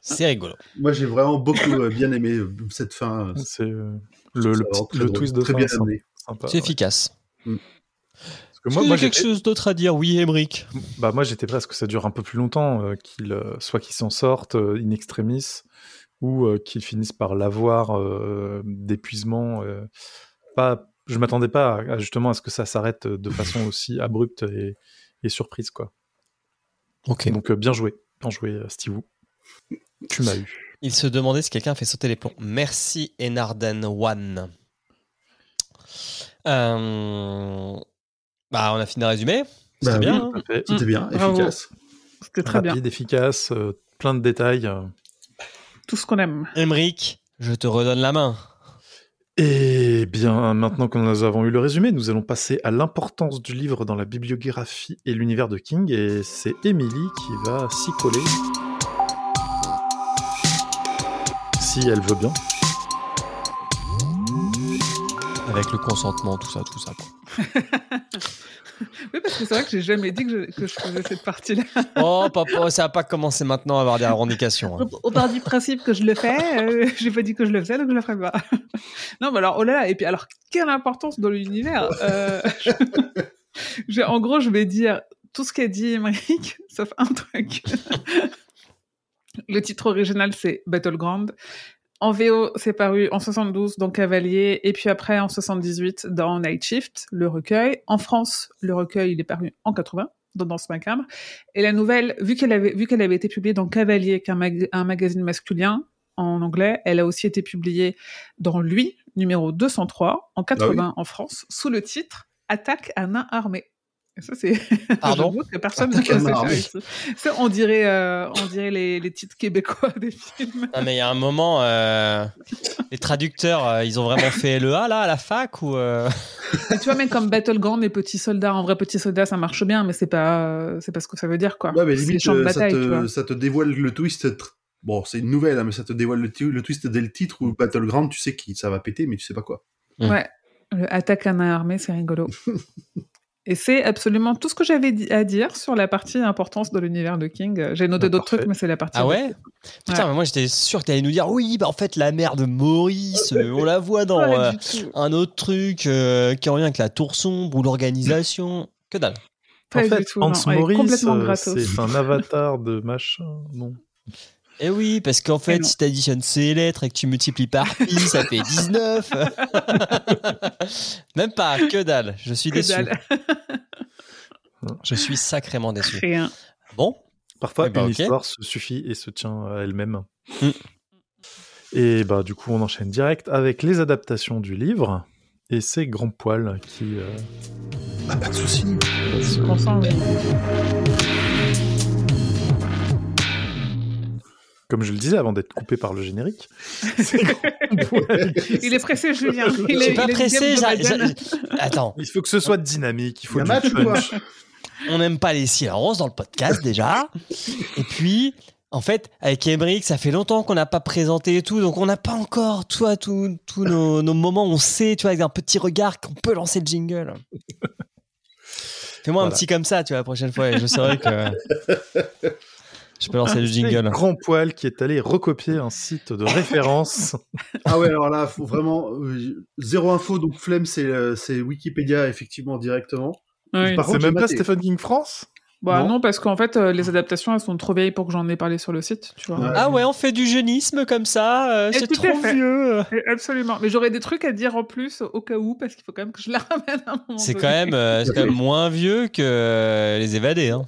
C'est rigolo. Moi, j'ai vraiment beaucoup euh, bien aimé euh, cette fin. euh, C'est euh, le, ça le va, petit- très le drôle, twist de très fin. bien c'est amené. sympa, C'est ouais. efficace. Parce que Est-ce moi, que moi, j'ai quelque j'étais- chose d'autre à dire Oui, Emric. Bah moi j'étais presque que ça dure un peu plus longtemps, euh, qu'il euh, soit qu'ils s'en sortent euh, in extremis ou euh, qu'ils finissent par l'avoir euh, d'épuisement. euh, pas, je m'attendais pas à- à, justement à ce que ça s'arrête euh, de façon aussi abrupte et, et surprise quoi. Ok. Donc euh, bien joué, bien joué euh, Stivou. Tu m'as eu. Il se demandait si quelqu'un a fait sauter les plombs. Merci Enarden One. Euh, Bah, on a fini de résumer. Bah C'était bien. oui. hein Parfait. C'était bien, Bravo. efficace. C'était très bien. Rapide, efficace, euh, plein de détails. euh. Tout ce qu'on aime. Emric, hein. je te redonne la main. Eh bien, maintenant que nous avons eu le résumé, nous allons passer à l'importance du livre dans la bibliographie et l'univers de King, et c'est Emily qui va s'y coller. Si elle veut bien. Avec le consentement, tout ça, tout ça. quoi. Oui, parce que c'est vrai que j'ai jamais dit que je, que je faisais cette partie-là. Oh, papa, ça n'a pas commencé maintenant à avoir des revendications. (laughs) hein. Au part du principe que je le fais, euh, (laughs) j'ai pas dit que je le faisais, donc je le ferai pas. (laughs) non, mais alors, oh là là, et puis alors, quelle importance dans l'univers euh, (laughs) je- je- En gros, je vais dire tout ce qu'a dit Emmerich, (laughs) sauf un truc. (laughs) le titre original, c'est Battleground. En VO, c'est paru en 72 dans Cavalier, et puis après en 78 dans Night Shift, le recueil. En France, le recueil, il est paru en 80 dans Danse Macabre. Et la nouvelle, vu qu'elle avait, vu qu'elle avait été publiée dans Cavalier, qui est un, mag- un magazine masculin en anglais, elle a aussi été publiée dans Lui, numéro 203, en Bah 80 en France, sous le titre Attaque à nain armé. Et ça, c'est un jeu (laughs) Pardon de mots que personne ne Attaque à connaissait nain armé. ici. Ça, on dirait, euh, on dirait les, les titres québécois des films. Non, mais il y a un moment, euh, les traducteurs, euh, ils ont vraiment fait LEA là à la fac ou euh, Mais tu vois, même comme Battleground et Petit Soldat, en vrai, Petit Soldat, ça marche bien, mais c'est pas, euh, c'est pas ce que ça veut dire, quoi. Ouais, mais C'est limite, champ de euh, ça, bataille, tu vois. te, ça te dévoile le twist. tr- Bon, c'est une nouvelle, hein, mais ça te dévoile le, ti- le twist dès le titre ou Battleground, tu sais que ça va péter, mais tu sais pas quoi. Le attaque à main armée, (laughs) c'est rigolo. Et c'est absolument tout ce que j'avais di- à dire sur la partie importance de l'univers de King. Euh, J'ai noté Bah, d'autres parfait. trucs, mais c'est la partie. Ah ouais Putain, Ouais. mais moi j'étais sûr que t'allais nous dire oui, bah en fait la mère de Maurice, euh, on la voit dans Ouais, euh, du tout. un autre truc euh, qui en lien avec la tour sombre ou Mm. l'organisation. Que dalle. Pas en du fait, tout, non. Hans Elle est Maurice, complètement euh, gratos. c'est un avatar de machin. Non. Eh oui, parce qu'en fait, non. si t'additionnes ces lettres et que tu multiplies par (laughs) pi, ça fait 19. (laughs) Même pas, que dalle. Je suis Que déçu. dalle. Je suis sacrément (laughs) déçu. Rien. Bon, Parfois, Eh ben, une ok. histoire se suffit et se tient à elle-même. Mm. Et bah, du coup, on enchaîne direct avec les adaptations du livre. Et c'est Grand Poil qui. euh, Ah, pas de soucis. va se- On sent, oui. comme je le disais avant d'être coupé par le générique, (laughs) c'est Grand Poil qui Il est pressé, Julien. Il je est, suis pas il est pressé. James j'a- Biden. j'a- Attends, Il faut que ce soit dynamique, il Il y faut a du match ou quoi punch. on n'aime pas les silences dans le podcast déjà. Et puis, en fait, avec Emmerich, ça fait longtemps qu'on n'a pas présenté et tout, donc on n'a pas encore, tu vois, tous tous nos, nos moments, on sait, tu vois, avec un petit regard qu'on peut lancer le jingle. Fais-moi un Voilà. petit comme ça, tu vois, la prochaine fois, et je saurai que. Je peux lancer le jingle. Grand poil qui est allé recopier un (laughs) site de référence. Ah ouais, alors là, faut vraiment euh, zéro info, donc flemme, c'est euh, c'est Wikipédia effectivement directement. Oui. Par contre, C'est même j'ai pas maté. Stephen King France Bah Non. non, parce qu'en fait, euh, les adaptations, elles sont trop vieilles pour que j'en ai parlé sur le site, tu vois. Ouais. Ah ouais, on fait du génisme comme ça, euh, Et c'est tout à trop fait. vieux. Et Absolument. Mais j'aurais des trucs à dire en plus au cas où, parce qu'il faut quand même que je la (laughs) ramène à un moment. C'est quand, donné. même, euh, c'est quand même moins vieux que euh, Les Évadés. Hein.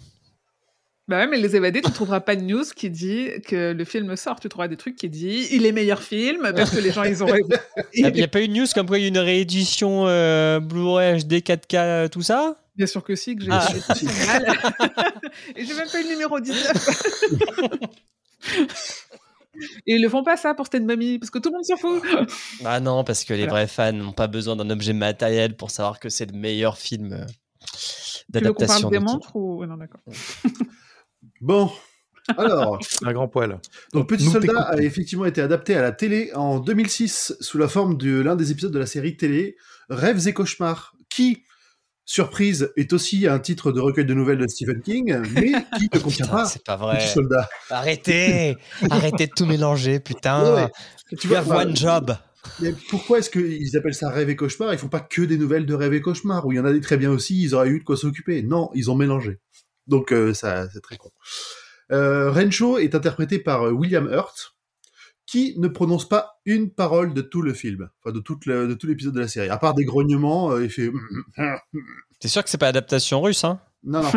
Bah ouais, mais Les Évadés, tu trouveras pas de news qui dit que le film sort. Tu trouveras des trucs qui disent il est meilleur film, parce que les gens, (laughs) ils ont raison. Il Et n'y a pas eu de news comme quoi il y a eu une réédition euh, Blu-ray HD 4K, euh, tout ça bien sûr que si, que j'ai Ah. j'ai pas fait mal. (laughs) Et j'ai même pas eu le numéro 19. (laughs) Et ils le font pas ça pour Stand Mummy, parce que tout le monde s'en fout. Ah non, parce que les Voilà. vrais fans n'ont pas besoin d'un objet matériel pour savoir que c'est le meilleur film euh, Tu veux qu'on d'adaptation. parle des de- montres ou. Non, d'accord. Bon. Alors, Un grand poil. donc Petit Nous Soldat t'écoutons. a effectivement été adapté à la télé en 2006 sous la forme de l'un des épisodes de la série télé Rêves et cauchemars, qui, surprise, est aussi un titre de recueil de nouvelles de Stephen King, mais qui ne contient Putain, pas c'est pas Petit vrai. Soldat. Arrêtez Arrêtez de tout mélanger, putain. Ouais, Tu Tu vois, bah, have enfin, one job. Mais pourquoi est-ce qu'ils appellent ça Rêve et cauchemar Ils font pas que des nouvelles de Rêve et cauchemar, où il y en a des très bien aussi, ils auraient eu de quoi s'occuper. Non, ils ont mélangé. Donc euh, ça, c'est très con. Euh, Rencho est interprété par euh, William Hurt, qui ne prononce pas une parole de tout le film, enfin de, toute le- de tout l'épisode de la série. À part des grognements, euh, il fait... T'es sûr que c'est pas adaptation russe, hein Non, (laughs) non.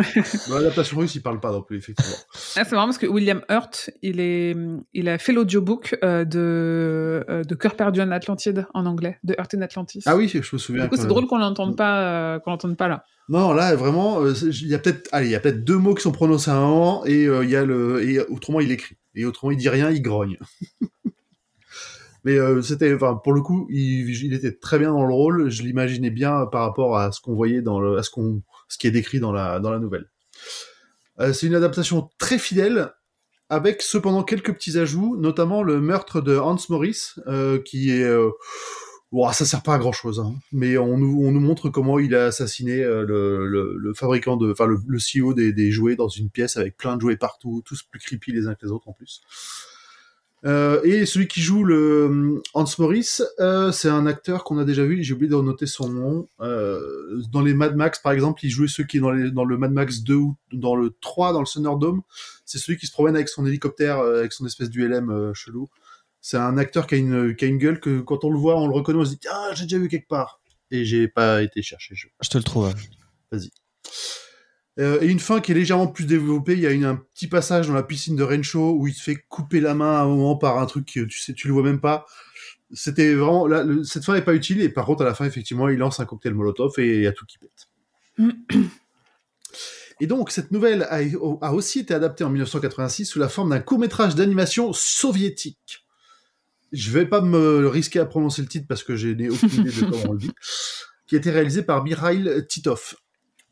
Dans l'adaptation russe, il parle pas non plus, effectivement. Ah, c'est marrant parce que William Hurt, il, est, il a fait l'audiobook euh, de, euh, de Cœur perdu en Atlantide en anglais, de Hurt in Atlantis. Ah oui, je me souviens. du coup, quand c'est même. drôle qu'on l'entende pas, euh, qu'on l'entende pas là. Non, là, vraiment, euh, c'est- il y a peut-être, allez, il y a peut-être deux mots qui sont prononcés à un moment, et euh, il y a le, et autrement il écrit, et autrement il dit rien, il grogne. (laughs) Mais euh, c'était, enfin, pour le coup, il, il était très bien dans le rôle. Je l'imaginais bien par rapport à ce qu'on voyait dans le, à ce qu'on, ce qui est décrit dans la, dans la nouvelle. Euh, c'est une adaptation très fidèle, avec cependant quelques petits ajouts, notamment le meurtre de Hans Morris, euh, qui est euh, Ouah, ça sert pas à grand chose, mais on nous, on nous montre comment il a assassiné euh, le, le- le fabricant de, enfin le, le CEO des, des jouets dans une pièce avec plein de jouets partout, tous plus creepy les uns que les autres en plus. Euh, et celui qui joue le hum, Hans Morris, euh, c'est un acteur qu'on a déjà vu. J'ai oublié de noter son nom. Euh, dans les Mad Max, par exemple, il jouait ceux qui est dans, les- dans le Mad Max 2 ou dans le 3, dans le Thunderdome. C'est celui qui se promène avec son hélicoptère, euh, avec son espèce d'ULM euh, chelou. C'est un acteur qui a, une, qui a une gueule que quand on le voit, on le reconnaît, on se dit Ah, j'ai déjà vu quelque part. Et j'ai pas été chercher. Je... Je te le trouve. Euh, et une fin qui est légèrement plus développée. Il y a une, un petit passage dans la piscine de Rencho où il se fait couper la main à un moment par un truc que tu sais, tu le vois même pas. C'était vraiment. là, le- cette fin n'est pas utile. Et par contre, à la fin, effectivement, il lance un cocktail Molotov et il y a tout qui pète. Et donc, cette nouvelle a, a aussi été adaptée en 1986 sous la forme d'un court-métrage d'animation soviétique. Je vais pas me risquer à prononcer le titre parce que je n'ai aucune idée de comment on le dit. Qui a été réalisé par Mikhail Titov.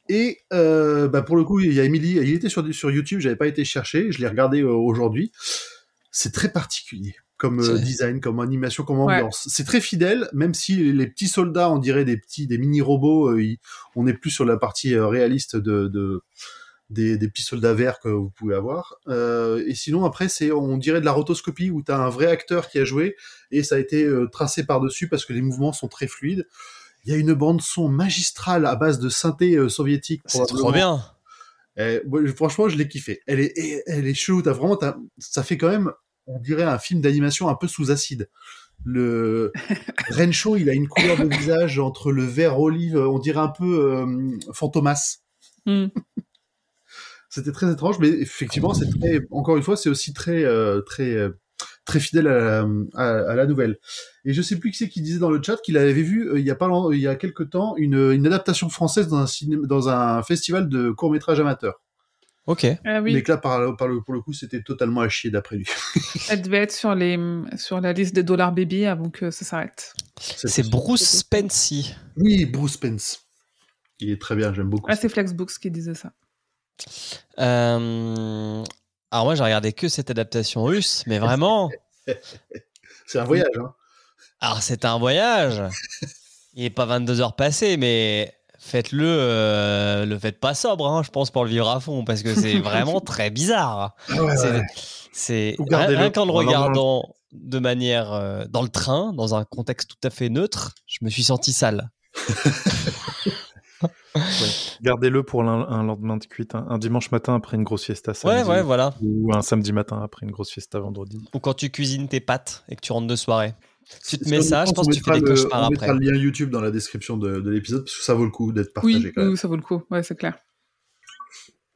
Et euh, bah, pour le coup, il y a Emily, il était sur, sur YouTube, j'avais pas été chercher, je l'ai regardé euh, aujourd'hui. C'est très particulier comme euh, C'est- design, comme animation, comme Ouais. ambiance. C'est très fidèle, même si les petits soldats, on dirait des petits, des mini robots. on est plus sur la partie euh, réaliste de, de- des, des petits soldats verts que vous pouvez avoir. Euh, et sinon, après, c'est on dirait de la rotoscopie où tu as un vrai acteur qui a joué et ça a été euh, tracé par-dessus parce que les mouvements sont très fluides. Il y a une bande son magistrale à base de synthé euh, soviétique. C'est trop probablement. bien. Eh, moi, je- franchement, je l'ai kiffé. Elle est, eh, elle est chelou. T'as vraiment, t'as- ça fait quand même, on dirait un film d'animation un peu sous acide. Le Rencho, il a une couleur de visage entre le vert olive, on dirait un peu euh, Fantomas. Hmm. (laughs) C'était très étrange, mais effectivement, c'est très, encore une fois, c'est aussi très, euh, très, euh, très fidèle à la, à- à la nouvelle. Et je sais plus qui c'est qui disait dans le chat qu'il avait vu euh, il y a pas, long- il y a quelque temps une, une adaptation française dans un cinéma, dans un festival de court métrage amateur. Ok. Ah oui, Mais que là, par, par le, pour le coup, c'était totalement à chier d'après lui. elle devait être sur, les, sur la liste des dollars baby avant que ça s'arrête. C'est Bruce Spency. Oui, Bruce Pence. Il est très bien, j'aime beaucoup. Ah, c'est Flexbooks qui disait ça. Euh, Alors moi j'ai regardé que cette adaptation russe, mais vraiment, C'est un voyage. Hein. alors c'est un voyage. Il est pas 22 heures passées, mais faites-le, euh, le faites pas sobre, hein, je pense, pour le vivre à fond, parce que c'est vraiment très bizarre. C'est- C'est Ou rien, gardez-le rien qu'en le pour un lendemain. regardant de manière euh, dans le train, dans un contexte tout à fait neutre, je me suis senti sale. Gardez-le pour l'un- un lendemain de cuite, un, un dimanche matin après une grosse fiesta Ouais, samedi, ouais, voilà. ou un samedi matin après une grosse fiesta vendredi. Ou quand tu cuisines tes pâtes et que tu rentres de soirée. Tu te Si mets on ça, pense, je pense on que tu fais des mettra le- cauchemars On mettra après. le lien YouTube dans la description de, de l'épisode parce que ça vaut le coup d'être partagé Oui, quand même. oui, ça vaut le coup. Ouais, c'est clair.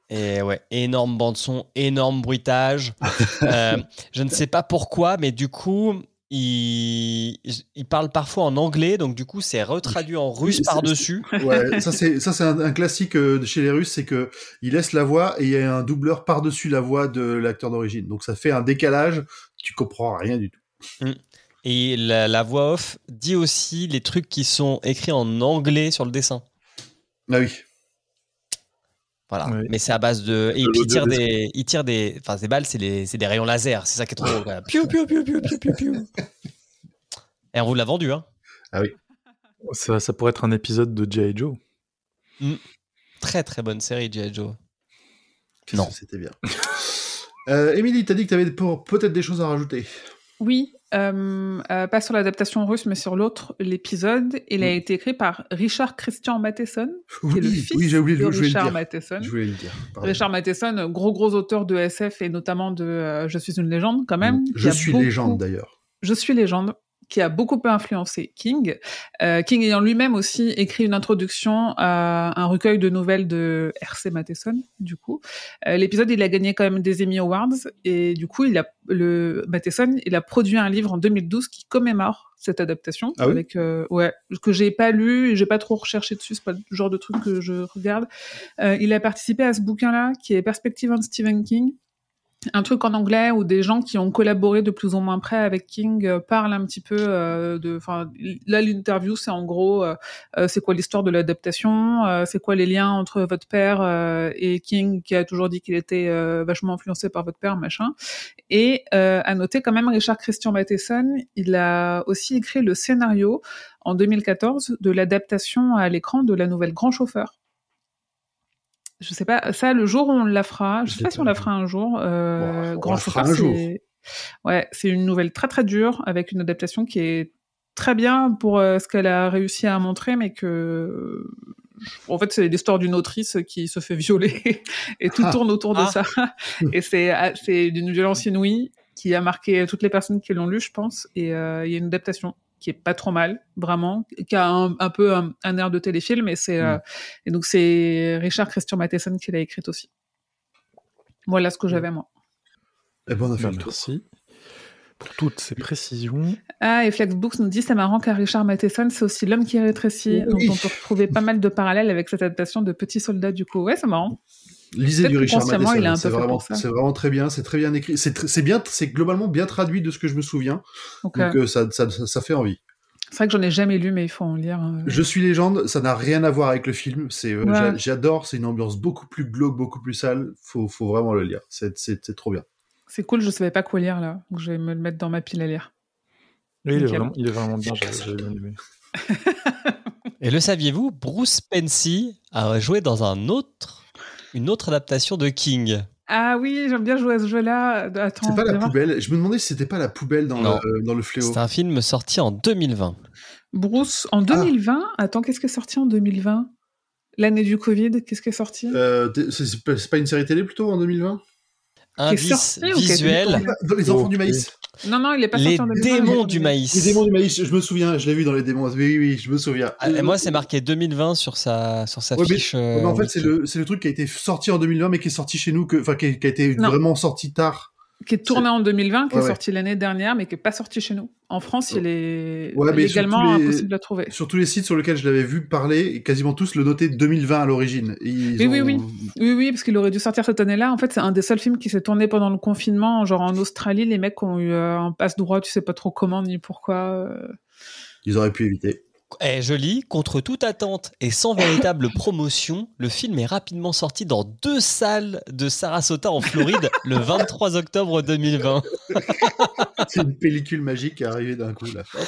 Et ouais, énorme bande son, énorme bruitage. (laughs) Euh, je ne sais pas pourquoi, mais du coup, il, il parle parfois en anglais, donc du coup, c'est retraduit en russe c'est- par-dessus. Ouais, ça c'est ça c'est un, un classique euh, chez les Russes, c'est que ils laissent la voix et il y a un doubleur par dessus la voix de l'acteur d'origine. Donc ça fait un décalage, tu comprends rien du tout. Et la, la voix off dit aussi les trucs qui sont écrits en anglais sur le dessin. Ah oui. Voilà. Oui. Mais c'est à base de. Et De puis, il tire l'audio des, il tire des. Enfin, ces balles, c'est les- c'est des rayons laser. C'est ça qui est trop drôle. quoi. Piou, piou, piou, piou, piou, piou, piou. Et on vous l'a vendu, hein. Ça, ça pourrait être un épisode de G.I. Joe. Très très bonne série, G.I. Joe. Qu'est-ce Non. que C'était bien. Euh, Émilie, t'as dit que t'avais pour- peut-être des choses à rajouter. Oui, euh, euh, pas sur l'adaptation russe, mais sur l'autre, l'épisode. Il a été écrit par Richard Christian Matheson, qui est le Mm. Oui, fils oui, j'ai oublié de de le- je voulais le Richard dire. Matheson. Je voulais le dire. pardon. Richard Matheson, gros gros auteur de SF et notamment de euh, Je suis une légende quand même. qui Mm. Je a suis beaucoup- légende d'ailleurs. Je suis légende qui a beaucoup peu influencé King. Euh, King ayant lui-même aussi écrit une introduction à un recueil de nouvelles de R.C. Matheson, du coup. Euh, L'épisode, il a gagné quand même des Emmy Awards, et du coup, il a, le Matheson, il a produit un livre en 2012 qui commémore cette adaptation, Ah oui avec, euh, ouais, que j'ai pas lu, et j'ai pas trop recherché dessus, c'est pas le genre de truc que je regarde. Euh, il a participé à ce bouquin-là, qui est Perspective on Stephen King, un truc en anglais où des gens qui ont collaboré de plus ou moins près avec King euh, parlent un petit peu euh, de. Enfin, là, l'interview, c'est en gros, euh, euh, c'est quoi l'histoire de l'adaptation, euh, c'est quoi les liens entre votre père euh, et King qui a toujours dit qu'il était euh, vachement influencé par votre père, machin. Et euh, à noter quand même, Richard Christian Matheson, il a aussi écrit le scénario en 2014 de l'adaptation à l'écran de la nouvelle Grand Chauffeur. Je sais pas, ça, le jour où on la fera, je Je sais l'ai pas si pas on la vu. fera un jour, euh, Bon, on Grand la fera Chauffeur, un jour. c'est... Ouais, c'est une nouvelle très très dure, avec une adaptation qui est très bien pour euh, ce qu'elle a réussi à montrer, mais que... En fait, c'est l'histoire d'une autrice qui se fait violer (laughs) et tout Ah. tourne autour de Ah. (laughs) ça. Et c'est ah, c'est d'une violence inouïe qui a marqué toutes les personnes qui l'ont lu, je pense. Et euh, il y a une adaptation qui est pas trop mal, vraiment, qui a un, un peu un, un air de téléfilm. Et Mm. c'est euh, et donc c'est Richard Christian Matheson qui l'a écrite aussi. Voilà ce Mm. que j'avais moi. Eh ben, on a fait Bah, le tour. merci pour toutes ces précisions. Ah, et Flexbooks nous dit, c'est marrant car Richard Matheson, c'est aussi l'homme qui rétrécit. Oui. Donc on peut retrouver pas mal de parallèles avec cette adaptation de Petit Soldat, du coup. Ouais, c'est marrant. Lisez Peut-être du Richard consciemment, Matheson. il a un peu C'est fait vraiment, pour ça. c'est vraiment très bien. C'est très bien écrit. C'est tr- c'est bien, c'est globalement bien traduit de ce que je me souviens. Donc, Donc euh, euh, ça, ça, ça- ça fait envie. c'est vrai que j'en ai jamais lu, mais il faut en lire. euh. Je suis légende. Ça n'a rien à voir avec le film. C'est, euh, Ouais. j'a- j'adore. C'est une ambiance beaucoup plus glauque, beaucoup plus sale. Faut, faut vraiment le lire. C'est, c'est, c'est trop bien. C'est cool, je savais pas quoi lire là. Donc je vais me le mettre dans ma pile à lire. Oui, il, est Nickel. vraiment, il est vraiment bien, j'ai j'ai bien aimé. Et le saviez-vous, Bruce Pensy a joué dans un autre, une autre adaptation de King. Ah oui, j'aime bien jouer à ce jeu-là. Euh, Attends, C'est pas la vraiment. poubelle. Je me demandais si c'était pas la poubelle dans, Non. le, euh, dans le fléau. C'est un film sorti en 2020. Bruce, Ah. en 2020, attends, qu'est-ce qui est sorti en 2020 L'année du Covid, qu'est-ce qui est sorti Euh, t'es- c'est, c'est pas- c'est pas une série télé plutôt en 2020 Indice sorti ou qui est visuel sorti Dans Les Oh, enfants du maïs. Non, non, il est pas Les sorti en 2020. démons du Les maïs. démons du maïs. Je me souviens. Je l'ai vu dans les démons. Oui, oui, oui, je me souviens. Ah, et moi, c'est marqué 2020 sur sa, sur sa Ouais, mais- fiche. Ouais, euh, mais en fait, wiki. c'est le, c'est le truc qui a été sorti en 2020, mais qui est sorti chez nous, que- enfin, qui, a- qui a été Non. vraiment sorti tard. Qui est tourné en 2020, qui Ouais, est ouais. sorti l'année dernière, mais qui est pas sorti chez nous. En France, il est Ouais, mais légalement sur tous les- impossible à trouver. Sur tous les sites sur lesquels je l'avais vu parler, et quasiment tous le notaient 2020 à l'origine. Et ils Oui, oui, ont- Oui, oui, parce qu'il aurait dû sortir cette année-là. En fait, c'est un des seuls films qui s'est tourné pendant le confinement. Genre en Australie, les mecs ont eu euh, un passe-droit, tu sais pas trop comment ni pourquoi. euh. Ils auraient pu éviter. (laughs) Eh, je lis, contre toute attente et sans véritable promotion, le film est rapidement sorti dans deux salles de Sarasota en Floride le 23 octobre 2020. C'est une pellicule magique qui est arrivée d'un coup là. Hop.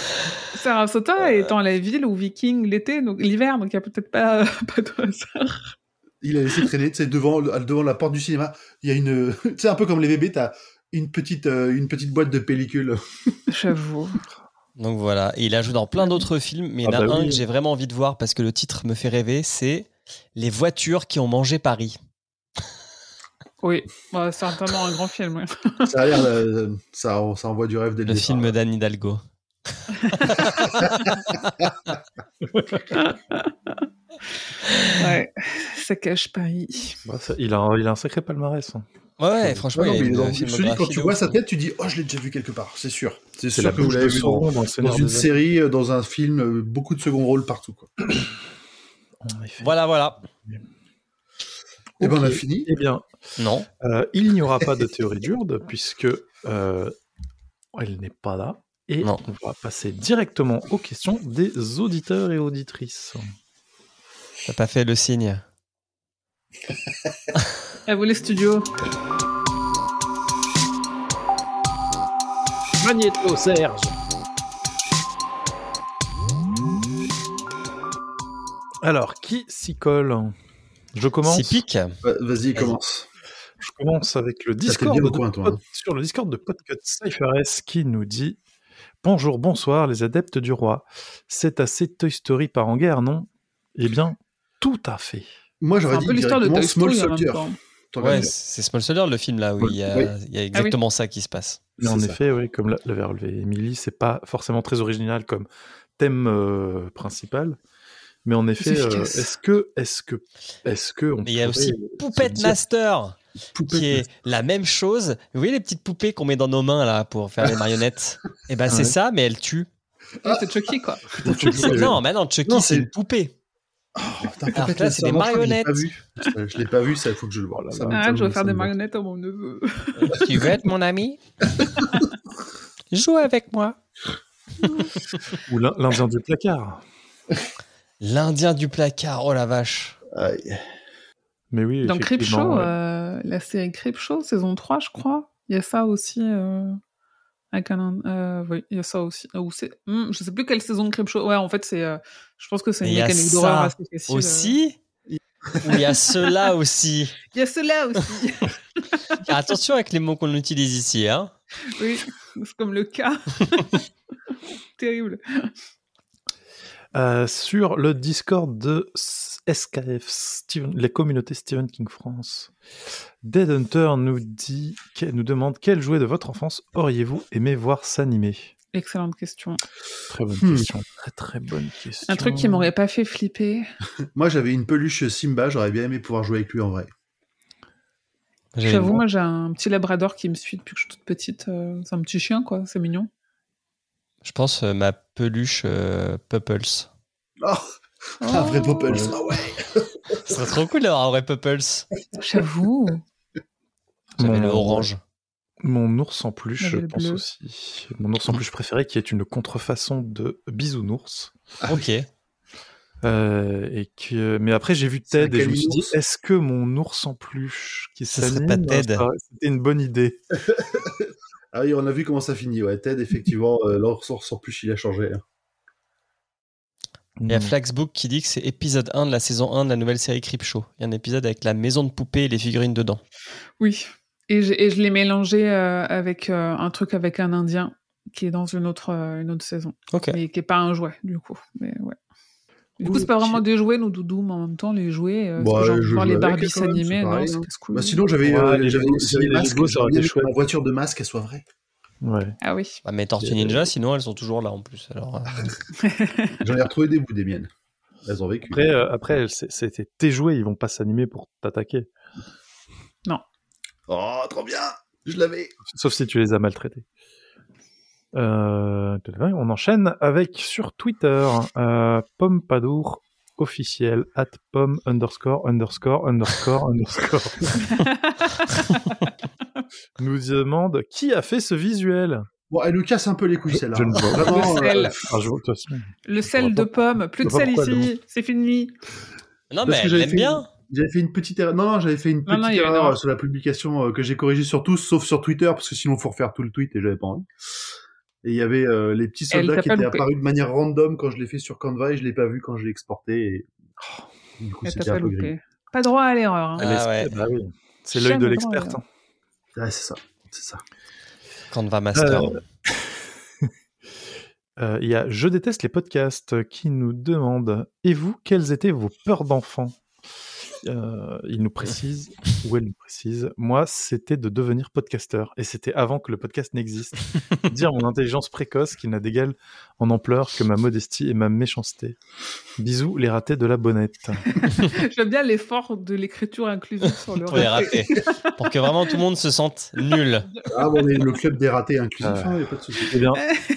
Sarasota étant la ville où Viking l'été, donc l'hiver, donc il n'y a peut-être pas, (laughs) pas de hasard. Il a laissé traîner, tu sais, devant, devant la porte du cinéma, il y a une. (laughs) Tu sais, un peu comme les bébés, t'as une petite, euh, une petite boîte (laughs) de pellicule. J'avoue. Donc voilà, et il a joué dans plein d'autres films, mais il y en a Ah bah un oui. que j'ai vraiment envie de voir parce que le titre me fait rêver, c'est Les voitures qui ont mangé Paris. Oui, bah, certainement un grand film. ouais. Ça a l'air, euh, ça, ça envoie du rêve dès Le départ. film d'Anne Hidalgo. Ouais. Ça cache Eh, Paris. Ouais, ça- il, a, un- il a un sacré palmarès. hein. Ouais, ouais, Non, Eh, franchement, Ah Non, il non, y a mais une dans- je te dis, filmographie quand tu de vois ouf. hein. sa tête, tu dis Oh, je l'ai déjà vu quelque part, c'est sûr. C'est C'est la sûr que vous bouche l'avez de vu dans, Sauron dans dans le Seigneur une des Anneaux. série, euh, dans un film, euh, beaucoup de second rôle partout. Quoi. Ouais, il fait- Voilà, voilà. Et ben on a Ok. fini. Eh bien, Non. euh, il n'y aura pas de théorie d'Urde puisque euh, elle n'est pas là. Et Non. on va passer directement aux questions des auditeurs et auditrices. T'as pas fait le signe. À vous les studios. Magnéto, Serge Alors, qui s'y colle Je commence. Si pique. Va- Vas-y, commence. Je commence avec le Ça, t'es Discord bien au de coin, toi, hein. Pod- sur le Discord de Podcut CypherS qui nous dit Bonjour, bonsoir les adeptes du roi. C'est assez Toy Story par en guerre, non Eh bien, tout à fait. Moi, C'est j'aurais un dit peu l'histoire de directement Small Toy Story en même Soldier. temps. T'en Ouais, regardes. c'est Small Soldier, le film là où il y a, Oui. il y a exactement ça qui se passe. Mais en C'est ça. effet, oui, comme l'a- l'avait relevé Émilie, c'est pas forcément très original comme thème euh, principal. Mais en effet, euh, efficace. est-ce que, est-ce que, est-ce que, on Mais il y a pourrait- aussi Poupette dire- Master, Poupée. qui est la même chose. Vous voyez les petites poupées qu'on met dans nos mains là pour faire les marionnettes Eh ben c'est Ouais. ça, mais elle tue. Ouais, Ah, C'est Chucky, quoi. C'est- Non, mais non, Chucky Non, c'est c'est- une poupée. Oh, putain, Alors peut-être que là, le c'est des savant, je l'ai marionnettes. pas vu. Euh, Je l'ai pas vu, ça, il faut que je le vois. Oh là Ça là. me- Ah, ça je vais me- faire ça des me- marionnettes à mon neveu. Tu veux être mon ami (laughs) Joue avec moi. Ou l'in- l'Indien du placard. L'Indien du placard, oh la vache. Aïe. Mais oui, Dans Crip effectivement, Show, ouais. euh, la série Crip Show, saison 3, je crois, il y a ça aussi. euh, avec un, euh, oui, il y a ça aussi. Euh, Ou c'est, hmm, je sais plus quelle saison de Crip Show. Ouais, en fait, c'est, euh, je pense que c'est Il une y a mécanique ça d'horreur assez facile. euh. Aussi Ou il y a cela aussi Il y a cela aussi. (laughs) Faire Attention avec les mots qu'on utilise ici. Hein. oui, c'est comme (laughs) le cas. Terrible. Euh, sur le Discord de S- SKF, Steven- les communautés Stephen King France, Dead Hunter nous, dit, que- nous demande quel jouet de votre enfance auriez-vous aimé voir s'animer Excellente question. Très bonne Hmm. question. Très très bonne question. Un truc qui m'aurait pas fait flipper. Moi, j'avais une peluche Simba, j'aurais bien aimé pouvoir jouer avec lui en vrai. J'ai- J'avoue, moi, j'ai un petit labrador qui me suit depuis que je suis toute petite. euh, C'est un petit chien, quoi. C'est mignon. Je pense euh, ma peluche euh, Pupples. Ce Oh, un vrai Oh, Popples. Euh, Ah ouais. serait trop cool d'avoir un vrai Pupples. J'avoue. J'avais Mon- le orange. Mon ours en peluche, Moi, je j'ai le pense bleu. aussi. Mon ours en peluche préféré qui est une contrefaçon de Bisounours. Ok. Euh, et que... Mais après, j'ai vu C'est Ted et je me suis dit, Calinours. est-ce que mon ours en peluche qui Ce serait s'anime, pas Ted. ça- C'était une bonne idée. Ah oui, on a vu comment ça finit. Ouais, Ted, effectivement, euh, l'or sort sans plus, il a changé. hein. Il y a Flaxbook qui dit que c'est épisode 1 de la saison 1 de la nouvelle série Crip Show. Il y a un épisode avec la maison de poupée et les figurines dedans. Oui. Et je, et je l'ai mélangé euh, avec euh, un truc avec un Indien qui est dans une autre, euh, une autre saison, Ok. mais qui n'est pas un jouet, du coup. Mais ouais. Du coup, Oui, c'est pas qui- vraiment des jouets, nos doudous, mais en même temps, les jouets, euh, Bah, c'est genre je joue voir les avec, Barbies quand même, c'est s'animer, non, pareil, c'est hein. casse-couille. Bah, sinon, j'avais Ouais, euh, les j'avais- Legos, j'avais les les masques, Legos, ça aurait j'aurais été bien aimé que chouette. ma voiture de masque, elle soit vraie. Ouais. Ah oui. Ah, mais Tortue Ninja, sinon elles sont toujours là en plus. (laughs) Alors, euh, J'en ai retrouvé des bouts des miennes. Elles ont vécu. Après, euh, après c'est- c'était tes jouets, ils vont pas s'animer pour t'attaquer. Oh, trop bien Je l'avais Sauf si tu les as maltraités. Euh, on enchaîne avec sur Twitter, euh, Pompadour officiel, at pom underscore underscore underscore underscore. Nous demande qui a fait ce visuel Bon, elle nous casse un peu les couilles, Je- celle-là. je ne vois- Vraiment, euh, Le sel. Ah, je vois, de toute façon, Le vois sel de pomme, plus de vois sel pas pourquoi, ici, c'est fini. Non, Parce mais que elle j'avais l'aime fait- bien. J'avais fait une petite erreur. Non, non, j'avais fait une Non, petite non, il y a une erreur erreur. sur la publication euh, que j'ai corrigée sur tous, sauf sur Twitter, parce que sinon, faut refaire tout le tweet et j'avais pas envie. Et il y avait euh, les petits Elle soldats t'a qui pas étaient loupé. apparus de manière random quand je l'ai fait sur Canva et je l'ai pas vu quand je l'ai exporté. Et... Oh, du coup, Elle t'a c'était pas un peu gris. loupé. Pas droit à l'erreur. hein. (laughs) Ah l'esprit- ouais. bah oui. C'est l'œil de Jamais l'expert. droit, hein. Ouais, c'est ça. C'est ça. Canva Master. Alors, Euh, Il y a Je déteste les podcasts qui nous demande Et vous, quelles étaient vos peurs d'enfant Euh, Il nous précise, ou elle nous précise Moi, c'était de devenir podcasteur. Et c'était avant que le podcast n'existe. Dire mon intelligence précoce qui n'a d'égal en ampleur que ma modestie et ma méchanceté. Bisous, les ratés de la bonnette. J'aime bien l'effort de l'écriture inclusive sur le pour les raté. (laughs) rater. pour que vraiment tout le monde se sente nul. Ah, bon, on est le club des ratés inclusif, Ah. hein, y a pas de souci. Eh bien,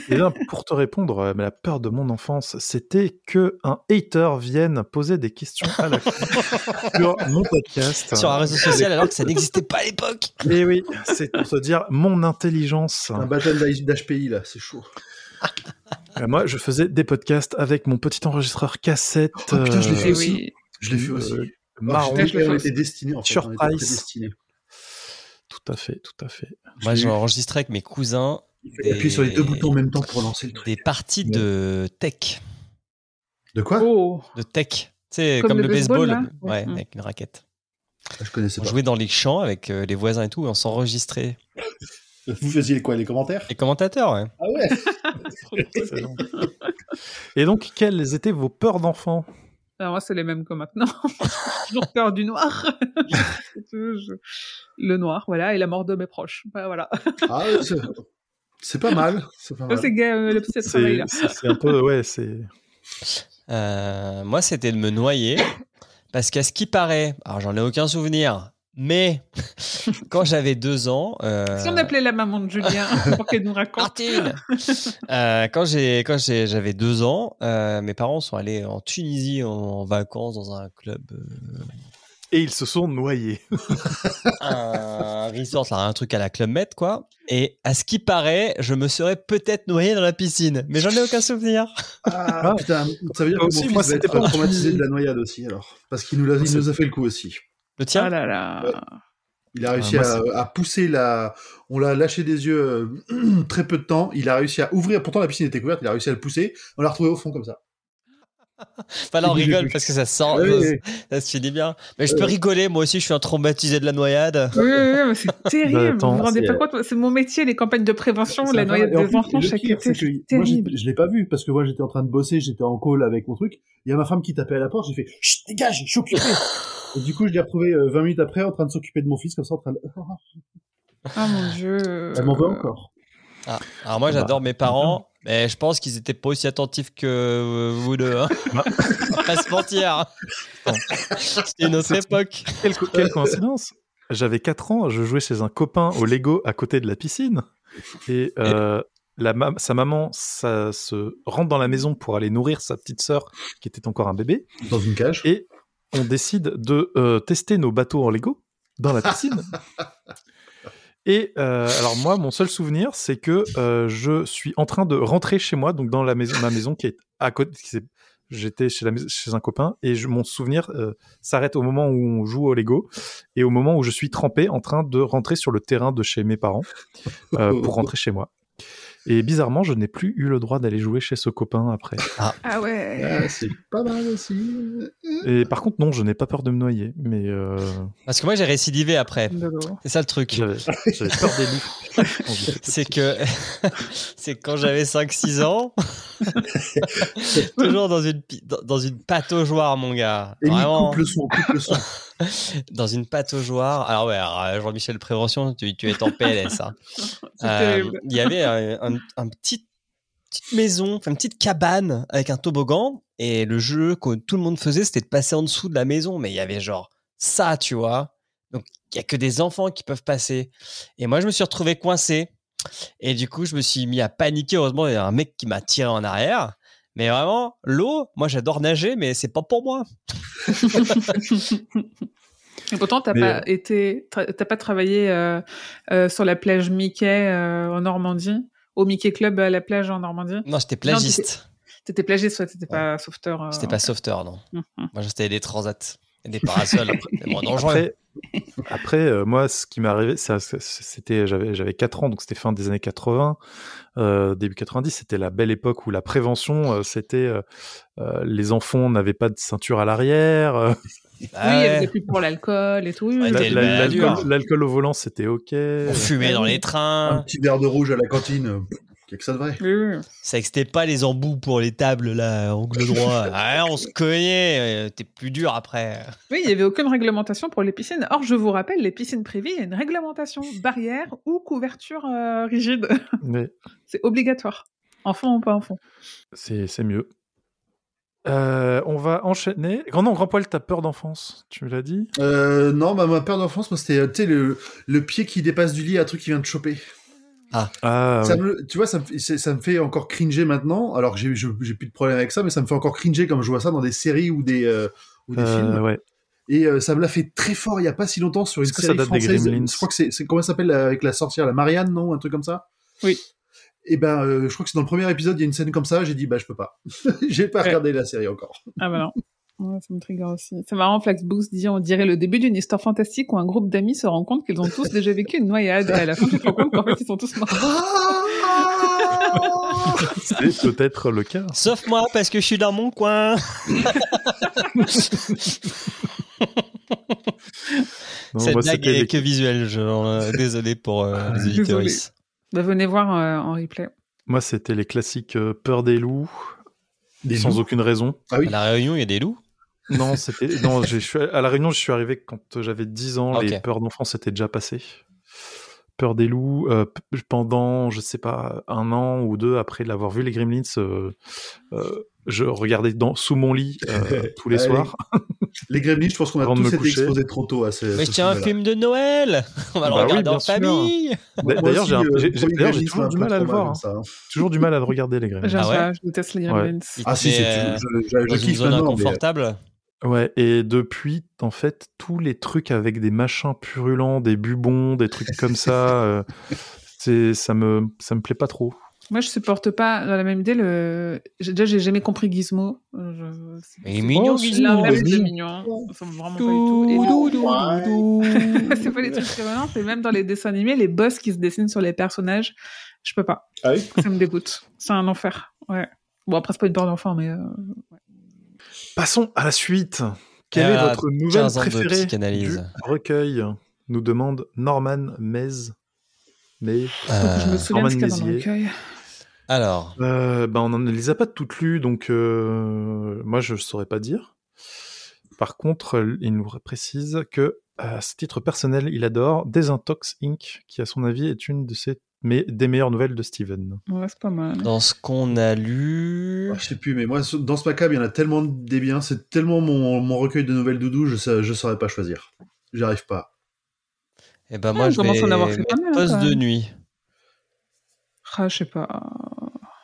eh bien, pour te répondre, euh, mais la peur de mon enfance, c'était que un hater vienne poser des questions (laughs) à la fois sur mon podcast. Sur un réseau social alors que ça n'existait pas à l'époque. Et Eh oui, (laughs) c'est pour se dire mon intelligence. Un battle d'HPI, là, c'est chaud. Euh, Moi, je faisais des podcasts avec mon petit enregistreur cassette. Oh, putain, je l'ai Eh fait euh, aussi. oui. Je l'ai fait aussi. euh, Oh, marron. j'étais- je l'ai fait on aussi. était destinés, en fait. on était Surprise. prédestinés. Tout à fait, tout à fait. Moi, Je j'ai l'ai enregistré avec mes cousins eu. Il fallait appuyer sur les deux boutons en même temps pour lancer le truc. des parties de tech. De quoi Oh, De tech. Tu sais, comme, Comme le le baseball, baseball, là ouais, Mm. Mhm. avec une raquette. Ah, Je connaissais On pas. jouait dans les champs avec euh, les voisins et tout, et on s'enregistrait. Vous faisiez quoi Les commentaires Les commentateurs, ouais. Ah (laughs) ouais Excellent. Et donc, quelles étaient vos peurs d'enfant Alors, moi, c'est les mêmes que maintenant. (laughs) J'ai toujours peur (laughs) du noir. Je- Le noir, voilà, et la mort de mes proches. Bah, voilà. Ah, ouais, c'est- c'est pas mal. C'est pas mal. C'est gay, euh, le petit travail C'est là. c'est- c'est un peu, ouais, c'est. Euh, moi, c'était de me noyer. Parce qu'à ce qui paraît, alors j'en ai aucun souvenir, mais (laughs) quand j'avais deux ans. euh, Si on appelait la maman (laughs) de Julien pour qu'elle nous Ah, raconte. Martine (laughs) Euh, Quand j'ai quand j'ai- j'avais deux ans, euh, mes parents sont allés en Tunisie en, vacances dans un club, euh, Et ils se sont noyés. un resort, là, un truc à la Club Med, quoi. Et à ce qui paraît, je me serais peut-être noyé dans la piscine, mais j'en ai aucun souvenir. Ah, Ah. putain, ça veut dire Moi que aussi, mon fils moi, va c'était être pas en traumatisé Tunisie. de la noyade aussi, alors. Parce qu'il nous, l'a- il nous a fait le coup aussi. Le tien Ah là là. Ouais. Il a réussi moi, à, à pousser la... On l'a lâché des yeux euh, (clears throat) très peu de temps. Il a réussi à ouvrir... Pourtant, la piscine était couverte. Il a réussi à le pousser. On l'a retrouvé au fond, comme ça. Enfin, là, on Oui, oui, rigole oui. parce que ça sort, Oui, ça, oui, Euh. ça se finit bien. Mais je Oui, peux oui. rigoler, moi aussi, je suis un traumatisé de la noyade. Oui, oui, oui, mais c'est Bah, terrible. attends, vous vous rendez c'est- pas compte C'est mon métier, les campagnes de prévention, Ça la va. noyade Et en des plus, enfants le chaque pire, c'est été. que c'est moi, j'ai- terrible. je l'ai pas vu parce que moi j'étais en train de bosser, j'étais en call avec mon truc. Il y a ma femme qui tapait à la porte, j'ai fait Chut, dégage, je suis occupé. Et du coup, je l'ai retrouvé euh, 20 minutes après en train de s'occuper de mon fils, comme ça, en train de. (laughs) Ah mon dieu. Elle m'en veut encore. Ah, alors, moi, Bah, j'adore mes parents, mais je pense qu'ils étaient pas aussi attentifs que euh, vous deux. Hein. pas se mentir. C'était une autre époque. (laughs) Quelle, co- quelle coïncidence Euh, J'avais 4 ans, je jouais chez un copain au Lego à côté de la piscine. Et euh, la mam- sa maman ça, se rentre dans la maison pour aller nourrir sa petite sœur qui était encore un bébé. Dans une cage. Et on décide de euh, tester nos bateaux en Lego dans la piscine. Et euh, alors moi, mon seul souvenir, c'est que euh, je suis en train de rentrer chez moi, donc dans la maison, ma maison qui est à côté. qui s'est- J'étais chez, la mais- chez un copain et je- mon souvenir euh, s'arrête au moment où on joue au Lego et au moment où je suis trempé en train de rentrer sur le terrain de chez mes parents euh, pour rentrer chez moi. Et bizarrement, je n'ai plus eu le droit d'aller jouer chez ce copain après. Ah ouais. Ah, c'est pas mal aussi. Et par contre, non, je n'ai pas peur de me noyer, mais euh, Parce que moi, j'ai récidivé après. De l'eau. C'est ça le truc. j'avais j'avais peur des (laughs) loups. quand j'étais petit. C'est que (laughs) c'est quand j'avais 5-6 ans, toujours dans une, pi- dans- dans une pataugeoire, mon gars. Et Vraiment, coupe le son, coupe le son. dans une pataugeoire. Alors, ouais, alors, euh, Jean-Michel Prévention, tu, tu es en PLS. hein. C'est Euh, terrible. il y avait euh, un, un petit petite maison, enfin, une petite cabane avec un toboggan et le jeu que tout le monde faisait c'était de passer en dessous de la maison mais il y avait genre ça tu vois donc il y a que des enfants qui peuvent passer et moi je me suis retrouvé coincé et du coup je me suis mis à paniquer heureusement il y a un mec qui m'a tiré en arrière mais vraiment l'eau moi j'adore nager mais c'est pas pour moi Et pourtant, t'as Mais, pas été, tra- t'as pas travaillé euh, euh, sur la plage Mickey euh, en Normandie au Mickey Club à la plage en Normandie. Non, j'étais plagiste. T'étais plagiste, ouais, t'étais pas sauveteur. euh, J'étais pas sauveteur, non. Mhm. Moi, j'étais des transats, et des parasols. (laughs) C'est moins dangereux. (laughs) Après, après, euh, moi, ce qui m'est arrivé, ça, ça, c'était, j'avais, j'avais 4 ans, donc c'était fin des années 80, euh, début 90, c'était la belle époque où la prévention, euh, c'était euh, euh, les enfants n'avaient pas de ceinture à l'arrière, euh, Ah oui, elle ouais. faisait plus pour l'alcool et tout. oui, Ouais, oui. t'es- la- le la- baladure. l'alcool, l'alcool au volant, (laughs) c'était ok. On fumait dans les Un trains. petit verre de rouge à la cantine, euh, qu'est-ce que ça devrait Oui, oui. Ça n'existait pas les embouts pour les tables, là, angle droit. Ouais, on se cognait. euh, T'es plus dur après. Oui, il n'y avait aucune réglementation pour les piscines. Or, je vous rappelle, les piscines privées, il y a une réglementation barrière ou couverture euh, rigide. (laughs) Mais C'est obligatoire. Enfant ou pas enfant. c'est, c'est mieux. Euh, on va enchaîner. Grand non, grand poil, t'as peur d'enfance, tu me l'as dit. Euh, non, bah, ma peur d'enfance, moi, c'était, euh, tu sais, le, le pied qui dépasse du lit, un truc qui vient de choper. Ah, ça oui. me- tu vois, ça me, fait- c'est- ça me fait encore cringer maintenant. Alors que j'ai je- j'ai plus de problème avec ça, mais ça me fait encore cringer comme je vois ça dans des séries ou des, euh, ou des Euh, films. ouais. Et euh, ça me l'a fait très fort il y a pas si longtemps sur une Est-ce que ça série date des française. Gremlins Je crois que c'est c'est- comment ça s'appelle euh, avec la sorcière, la Marianne, non, un truc comme ça. Oui. Et ben, euh, je crois que c'est dans le premier épisode, il y a une scène comme ça. J'ai dit bah je peux pas, (laughs) j'ai pas Ouais. regardé la série encore. Ah bah non. Ouais, ça me trigger aussi. C'est marrant, Flaxboost dit on dirait le début d'une histoire fantastique où un groupe d'amis se rend compte qu'ils ont tous déjà vécu une noyade et à la fin tu te rends compte qu'en fait ils sont tous morts. C'est peut-être le cas. Sauf moi, parce que je suis dans mon coin. Non, Cette moi, blague bah, c'était est les- que visuelle. je- euh, désolé pour euh, les Désolé. auditeurs. Bah, venez voir euh, en replay. Moi, c'était les classiques euh, peur des loups, Des sans loups. aucune raison. À la Réunion, il y a des loups. Non, c'était (laughs) non, j'ai- je suis- à la Réunion, je suis arrivé quand j'avais 10 ans, les Ok. peurs d'enfance étaient déjà passées. Peur des loups euh, p- pendant, je sais pas, un an ou deux après l'avoir vu les Gremlins, euh, euh, je regardais dans sous mon lit (laughs) euh, tous les Allez. soirs. Les Gremlins, je pense qu'on a Avant de tous me été coucher. exposés trop tôt à ce. Mais ce c'est un film-là. film de Noël. On va le Bah oui, regarder en bien sûr. famille. Moi D'ailleurs, aussi, j'ai un- euh, j'ai- le j'ai- premier d'ailleurs, j'ai Gremlins toujours m'a du pas mal à trop le voir. hein, hein. ça, hein. Toujours du mal à le regarder (laughs) les Gremlins. J'aime Ah ouais pas, je déteste les Gremlins. Il Ah te si, met, c'est euh, je, je, je dans une kiffe zone maintenant. mais- euh, inconfortable. Ouais, et depuis, en fait, tous les trucs avec des machins purulents, des bubons, des trucs comme (laughs) ça, euh, c'est ça me ça me plaît pas trop. Moi, je supporte pas, dans la même idée, le... j'ai- déjà, j'ai jamais compris Gizmo. Euh, Je... Mais il est mignon, c'est Gizmo. L'inverse Oui. de mignon. Ils sont vraiment pas du tout. Et Doudou, le- doudou, doudou. (laughs) c'est pas les trucs très violents, c'est même dans les dessins animés, les boss qui se dessinent sur les personnages, je peux pas. Ah oui Ça me dégoûte. C'est un enfer. Ouais. Bon, après, c'est pas une peur d'enfant, mais. euh, Passons à la suite. Quelle Ah, est votre nouvelle 15 ans de préférée du psychanalyse. recueil Nous demande Norman Maize. Mais faut que je me Euh, souviens de ce qu'il y a dans Norman le Mézier. recueil. alors, euh, ben on ne les a pas toutes lues, donc euh, moi je saurais pas dire. Par contre, euh, il nous précise que à ce titre personnel, il adore Desintox Inc., qui à son avis est une de ses mais des meilleures nouvelles de Steven. Ouais, c'est pas mal. dans ce qu'on a lu. Ah, Je sais plus, mais moi, ce- dans ce macabre, il y en a tellement des biens, c'est tellement mon, mon recueil de nouvelles doudou, je, sa- je saurais pas choisir. J'arrive pas. Eh ben, Ah, moi, on je commence vais à en avoir fait mettre pas mal, Poste quand de même. nuit. Ah, je sais pas.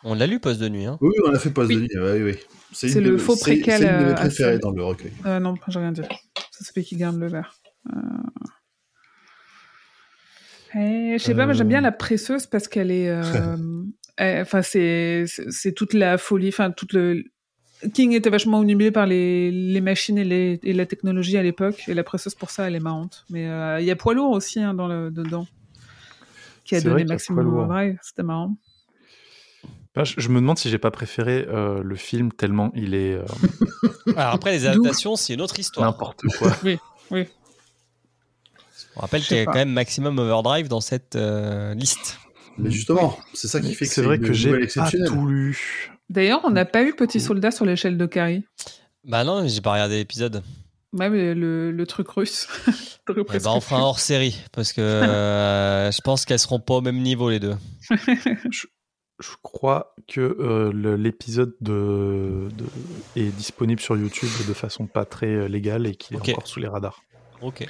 On l'a lu, Poste de nuit. Hein. Oui, on a fait pause Oui. de nuit, oui, oui. C'est une le de- faux c'est- préquel, C'est une de mes euh, préférées assez- dans le recueil. Euh, non, j'ai rien dit. Ça, c'est qui garde le verre. Euh... Eh, je sais pas, moi j'aime bien Euh. la presseuse parce qu'elle est. (laughs) euh, eh, Enfin, c'est c'est- c'est toute la folie. Enfin, toute le. King était vachement humilié par les, les machines et, les- et la technologie à l'époque. Et la presseuse, pour ça, elle est marrante. Mais euh, il y a poids lourd aussi hein, dans le, dedans. Qui a C'est donné vrai qu'il y a Maximum Poids lourd. Overdrive. C'était marrant. Ben, je, je me demande si j'ai pas préféré euh, le film tellement il est euh, (laughs) Alors, après, les adaptations, c'est une autre histoire. (laughs) n'importe quoi. On rappelle Je sais qu'il y a pas. quand même Maximum Overdrive dans cette euh, liste. Mais justement, c'est ça qui fait que C'est vrai une que j'ai nouvelle pas exceptionnelle. tout lu. D'ailleurs, on n'a pas eu Petit Soldat sur l'échelle de Carrie. Bah non, j'ai pas regardé l'épisode. Même le, le truc russe. (laughs) Le truc Eh russe ben, on fera un hors série (laughs) parce que euh, je pense qu'elles seront pas au même niveau les deux. Je crois que euh, le- l'épisode de, de- est disponible sur YouTube de façon pas très euh, légale et qu'il est Ok. encore sous les radars. Ok.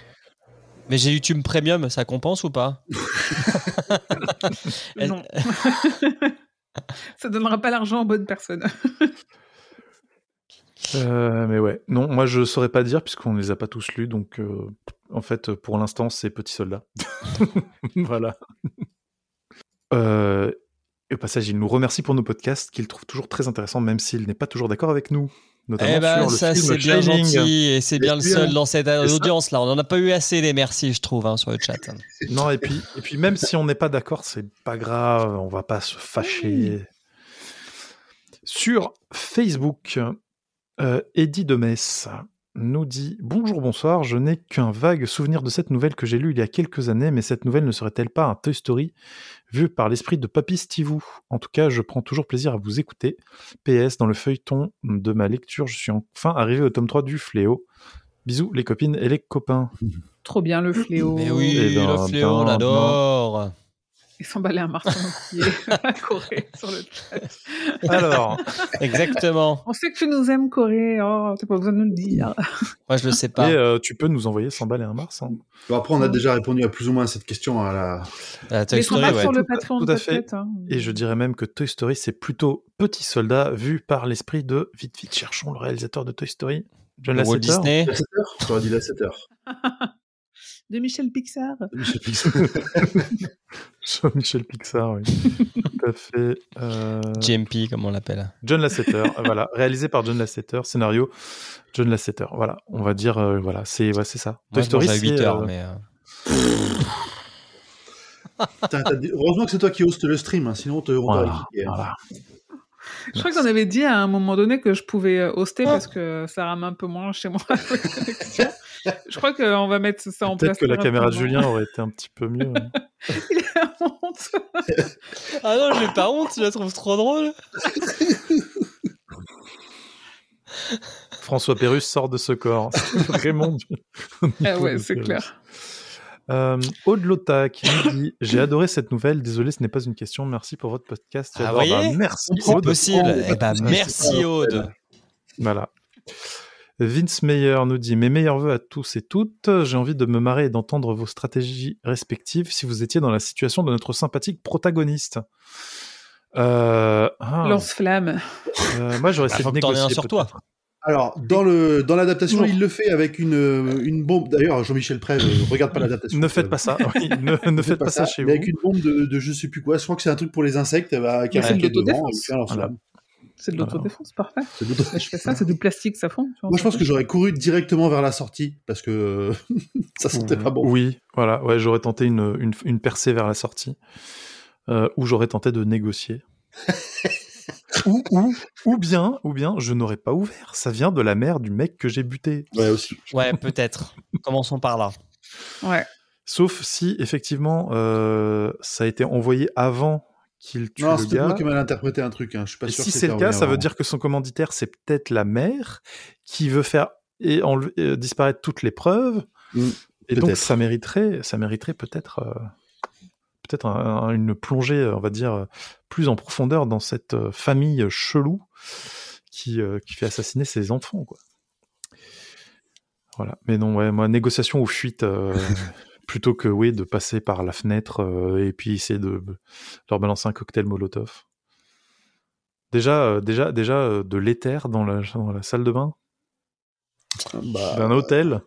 Mais j'ai YouTube Premium, ça compense ou pas bah, Non. (laughs) ça donnera pas l'argent aux bonnes personnes. Euh, mais ouais, non, moi je saurais pas dire puisqu'on les a pas tous lus, donc euh, en fait pour (laughs) l'instant c'est Petit Soldat. voilà. Euh, Et au passage, il nous remercie pour nos podcasts qu'il trouve toujours très intéressants, même s'il n'est pas toujours d'accord avec nous. Notamment Eh ben, sur le ça, film c'est bien Shining. gentil et c'est bien le puis, seul dans cette euh, ça. audience là. On en a pas eu assez des merci, je trouve, hein, sur le chat. Non, et puis, et puis même si on n'est pas d'accord, c'est pas grave, on va pas se fâcher. Sur Facebook, euh, Eddie de Metz nous dit Bonjour, bonsoir, je n'ai qu'un vague souvenir de cette nouvelle que j'ai lue il y a quelques années, mais cette nouvelle ne serait-elle pas un Toy Story vu par l'esprit de Papy Stivou En tout cas, je prends toujours plaisir à vous écouter. PS, dans le feuilleton de ma lecture, je suis enfin arrivé au tome 3 du Fléau. Bisous, les copines et les copains. Trop bien le fléau. Mais oui, Eh ben, le fléau, on ben, l'adore. Il s'emballait un marteau qui (laughs) est Corée sur le chat. Alors. Exactement. On sait que tu nous aimes, Corée. Oh, t'as pas besoin de nous le dire. Moi, je le sais pas. Et euh, tu peux nous envoyer 100 balles et un mars. hein. Bon, après, on a déjà répondu à plus ou moins cette question à la. La Toy Mais sont Story, pas ouais. sur le Tout à- Patreon tout de à fait. Patreon, hein. Et je dirais même que Toy Story, c'est plutôt Petit Soldat, vu par l'esprit de Vite Vite Cherchons, le réalisateur de Toy Story, John Walt Lasseter. (laughs) Disney. La 7 heures J'aurais dit la 7 heures. De Michel Pixar. Michel Pix. Jean-Michel (laughs) Pixar, oui. tout à fait. Euh, JMP, comme on l'appelle. John Lasseter, voilà, réalisé par John Lasseter, scénario John Lasseter. Voilà, on va dire, euh, voilà, c'est ouais, c'est ça. Moi, Toy je mange Story, à c'est 8 heures, euh, mais. euh, Putain, t'as dit- Heureusement que c'est toi qui hoste le stream, hein, sinon on te on t'aurait voilà, kické, hein. voilà. Je crois qu'on avait dit à un moment donné que je pouvais euh, hoster Ah. parce que ça rame un peu moins chez moi. (laughs) la connexion. je crois qu'on va mettre ça en place. Peut-être que la très caméra de rapidement. (laughs) Julien aurait été un petit peu mieux. hein. (laughs) Il a honte. Ah non, j'ai pas honte, je la trouve trop drôle. François Pérus sort de ce corps. C'est vraiment du- Ah ouais, c'est clair. Euh, Aude Lota qui nous dit J'ai adoré cette nouvelle. Désolé, ce n'est pas une question. Merci pour votre podcast. Ah, J'adore. Bah, voyez merci, C'est Aude. possible. Eh ben, merci, Aude. Voilà. Vince Meyer nous dit Mes meilleurs voeux à tous et toutes. J'ai envie de me marrer et d'entendre vos stratégies respectives si vous étiez dans la situation de notre sympathique protagoniste. Euh, ah, Lance-flamme. euh, moi, j'aurais Bah, essayé faut de que t'en aies négocier. un sur toi. peut-être. Alors, dans le dans l'adaptation, Non. il le fait avec une, euh, une bombe. D'ailleurs, Jean-Michel Prève, euh, regarde pas l'adaptation. Ne faites Euh, pas (laughs) ça. Oui, ne, ne faites pas ça, chez mais vous. Avec une bombe de, de je sais plus quoi. Je crois que c'est un truc pour les insectes. Bah, qui Ouais. est C'est de devant. l'autodéfense. et puis, alors, Voilà. C'est de Voilà. l'autodéfense, parfait. c'est de l'auto- Je fais ça, c'est du plastique, ça fond. tu vois. Moi, je pense (laughs) que j'aurais couru directement vers la sortie parce que (laughs) euh, ça sentait Mmh. pas bon. Oui, voilà, ouais, j'aurais tenté une, une, une percée vers la sortie, euh, ou j'aurais tenté de négocier. ou, ou, ou bien, ou bien, je n'aurais pas ouvert. Ça vient de la mère du mec que j'ai buté. Ouais, aussi. Ouais, peut-être. Commençons par là. Ouais. Sauf si effectivement, euh, ça a été envoyé avant qu'il tue Non, le c'était gars. moi qui mal interprété un truc. Hein. Je suis pas Et sûr. si que c'est le c'était cas, ça vraiment. veut dire que son commanditaire, c'est peut-être la mère qui veut faire et enlever, euh, disparaître toutes les preuves. Mm, et donc, peut-être. ça mériterait, ça mériterait peut-être euh, peut-être un- un- une plongée, euh, on va dire, euh, plus en profondeur dans cette euh, famille chelou qui, euh, qui fait assassiner ses enfants. Quoi. Voilà. Mais non, ouais, moi, négociation ou (laughs) fuite. euh, plutôt que oui de passer par la fenêtre euh, et puis essayer de leur balancer un cocktail Molotov. Déjà, euh, déjà, déjà euh, de l'éther dans la, dans la salle de bain Bah, d'un hôtel.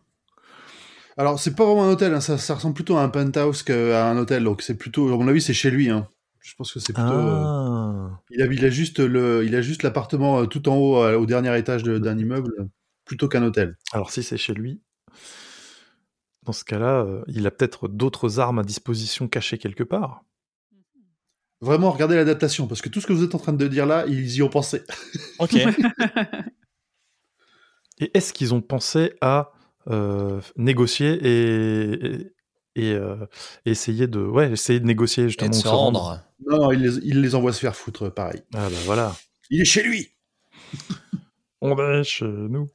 Alors, c'est pas vraiment un hôtel, hein, ça, ça ressemble plutôt à un penthouse qu'à un hôtel, donc c'est plutôt, à mon avis, c'est chez lui. hein. Je pense que c'est plutôt. euh, Ah. il, a, il a juste le, il a juste l'appartement euh, tout en haut, euh, au dernier étage de- d'un immeuble, euh, plutôt qu'un hôtel. Alors si c'est chez lui, dans ce cas-là, euh, il a peut-être d'autres armes à disposition cachées quelque part. Vraiment, regardez l'adaptation, parce que tout ce que vous êtes en train de dire là, ils y ont pensé. (laughs) Ok. Et est-ce qu'ils ont pensé à euh, négocier et, et, et, euh, essayer de, ouais, essayer de négocier justement Et de ou se rendre. Non, non, il les, il les envoie se faire foutre, pareil. Ah bah voilà. Il est chez lui On est chez nous.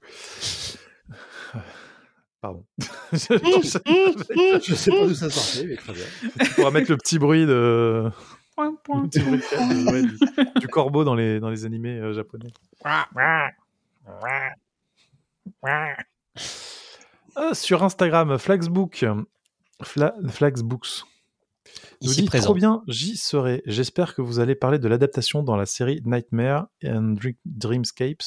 Pardon. (laughs) Je sais pas d'où ça sortait, mais très bien. On pourra mettre le petit bruit de, Point, point, le petit (laughs) bruit de point, point. cage, ouais, du, du corbeau dans les, dans les animés euh, japonais. Ah, sur Instagram, Flaxbook. Fla- Flaxbooks. nous Ici dit, présent. Trop bien, j'y serai. J'espère que vous allez parler de l'adaptation dans la série Nightmare and Dream- Dreamscapes,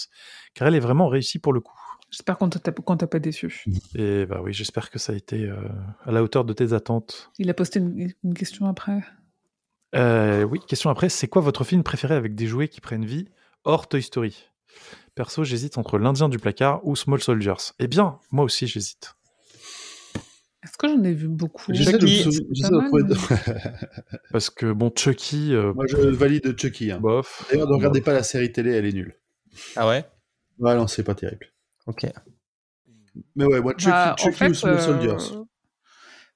car elle est vraiment réussie pour le coup. J'espère qu'on t'a qu'on t'a pas déçu. Et bah oui, j'espère que ça a été euh, à la hauteur de tes attentes. Il a posté une, une question après. Euh, oui, question après, c'est quoi votre film préféré avec des jouets qui prennent vie hors Toy Story Perso, j'hésite entre l'Indien du placard ou Small Soldiers. Eh bien, moi aussi, j'hésite. Est-ce que j'en ai vu beaucoup J'essaie de me Chucky, souvenir- j'essaie pas de (laughs) mal, trouver- Parce que, bon, Chucky, euh, Moi, je valide Chucky. hein. bof. D'ailleurs, ne regardez pas la série télé, elle est nulle. Ah ouais Ouais, non, c'est pas terrible. Ok. Mais ouais, moi, Chucky, Bah, Chucky en fait, ou Small euh, Soldiers.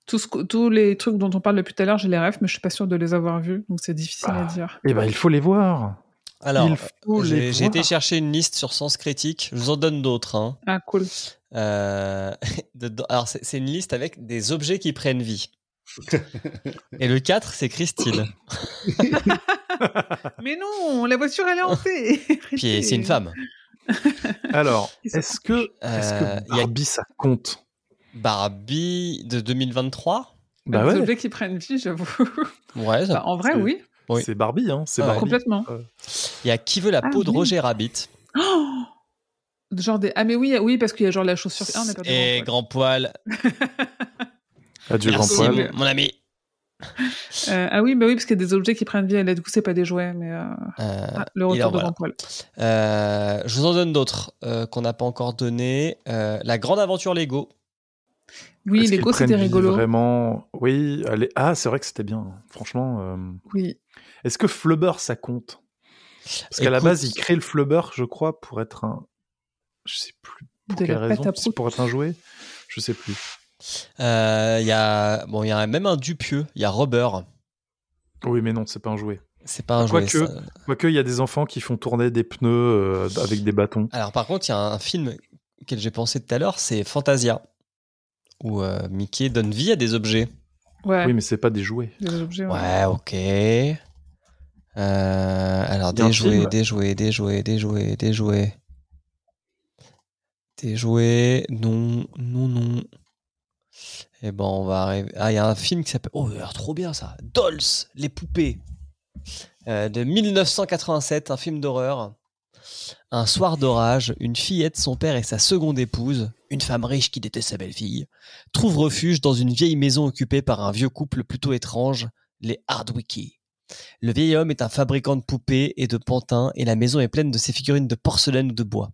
tout ce que- tous les trucs dont on parle depuis tout à l'heure, j'ai les rêves, mais je suis pas sûre de les avoir vus, donc c'est difficile à Bah. Ah. dire. Eh ben, il faut les voir. Alors, euh, il faut les j'ai j'ai été voir. chercher une liste sur Sens Critique. Je vous en donne d'autres. hein. Ah cool. Euh, (laughs) dedans- alors, c'est c'est une liste avec des objets qui prennent vie. Et le 4, c'est Christine. Mais non, la voiture elle est hantée. Puis (laughs) c'est une femme. Alors, Ils sont est-ce que, est-ce Euh, y que a- Barbie, ça compte Barbie de 2023 Bah Bah ouais, objets qui prennent vie, j'avoue. Ouais, ça- Bah, en vrai, c'est- oui, oui. c'est Barbie, hein, c'est Ah ouais. Barbie. complètement. Il y a Qui veut la Ah peau de oui. Roger Rabbit Oh genre des ah mais oui oui parce qu'il y a genre la chaussure ah, on a perdu Et mon poil. Grand Poil. Adieu, grand Merci, Merci, poil. mais- mon ami. Euh, ah oui bah oui parce qu'il y a des objets qui prennent vie et là du coup c'est pas des jouets mais euh, Euh, ah, le alors, retour de voilà. grand poil euh, je vous en donne d'autres euh, qu'on n'a pas encore donné. Euh, la grande aventure Lego. oui Est-ce Lego qu'ils prennent c'était vie rigolo Vraiment, oui. Allez, ah, c'est vrai que c'était bien. Franchement, euh, oui est-ce que Flubber ça compte Parce qu'à la Écoute- base, il crée le Flubber, je crois, pour être un. Je sais plus pour de quelle la pâte raison. à C'est prout pour être un jouet. Je sais plus. Euh, Il y a bon, il y a même un Dupieux. Il y a Robert. Oui, mais non, c'est pas un jouet. C'est pas un jouet. Quoique. ça. Quoique, il y a des enfants qui font tourner des pneus euh, avec des bâtons. Alors par contre, il y a un film auquel j'ai pensé tout à l'heure, c'est Fantasia, où euh, Mickey donne vie à des objets. ouais Oui, mais c'est pas des jouets. des objets ouais. Ouais, ok. Euh, alors Il y a un des jouets, film. des jouets, des jouets, des jouets, des jouets. Des jouets, non, non, non. Et ben on va arriver. Ah, il y a un film qui s'appelle. Oh, il a l'air trop bien ça. Dolls, les poupées. Euh, de 1987, un film d'horreur. Un soir d'orage, une fillette, son père et sa seconde épouse, une femme riche qui déteste sa belle-fille, trouvent refuge dans une vieille maison occupée par un vieux couple plutôt étrange, les Hardwicky. Le vieil homme est un fabricant de poupées et de pantins et la maison est pleine de ses figurines de porcelaine ou de bois.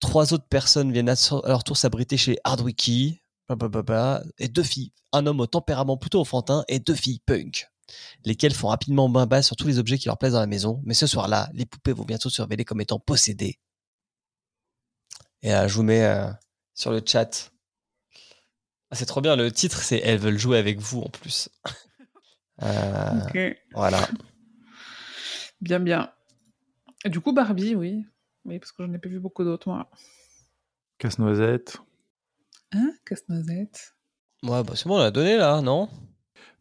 Trois autres personnes viennent à so- à leur tour s'abriter chez les Hardwicky, blablabla, et deux filles, un homme au tempérament plutôt enfantin et deux filles punk, lesquelles font rapidement main basse sur tous les objets qui leur plaisent dans la maison, mais ce soir-là, les poupées vont bientôt se révéler comme étant possédées. Et euh, je vous mets euh, sur le chat ah, c'est trop bien, le titre c'est Elles veulent jouer avec vous en plus. Euh, Ok. Voilà. bien bien Et du coup Barbie oui mais parce que j'en ai pas vu beaucoup d'autres moi Casse-noisette. hein casse-noisette Ouais, bah, c'est bon, on l'a donné là, non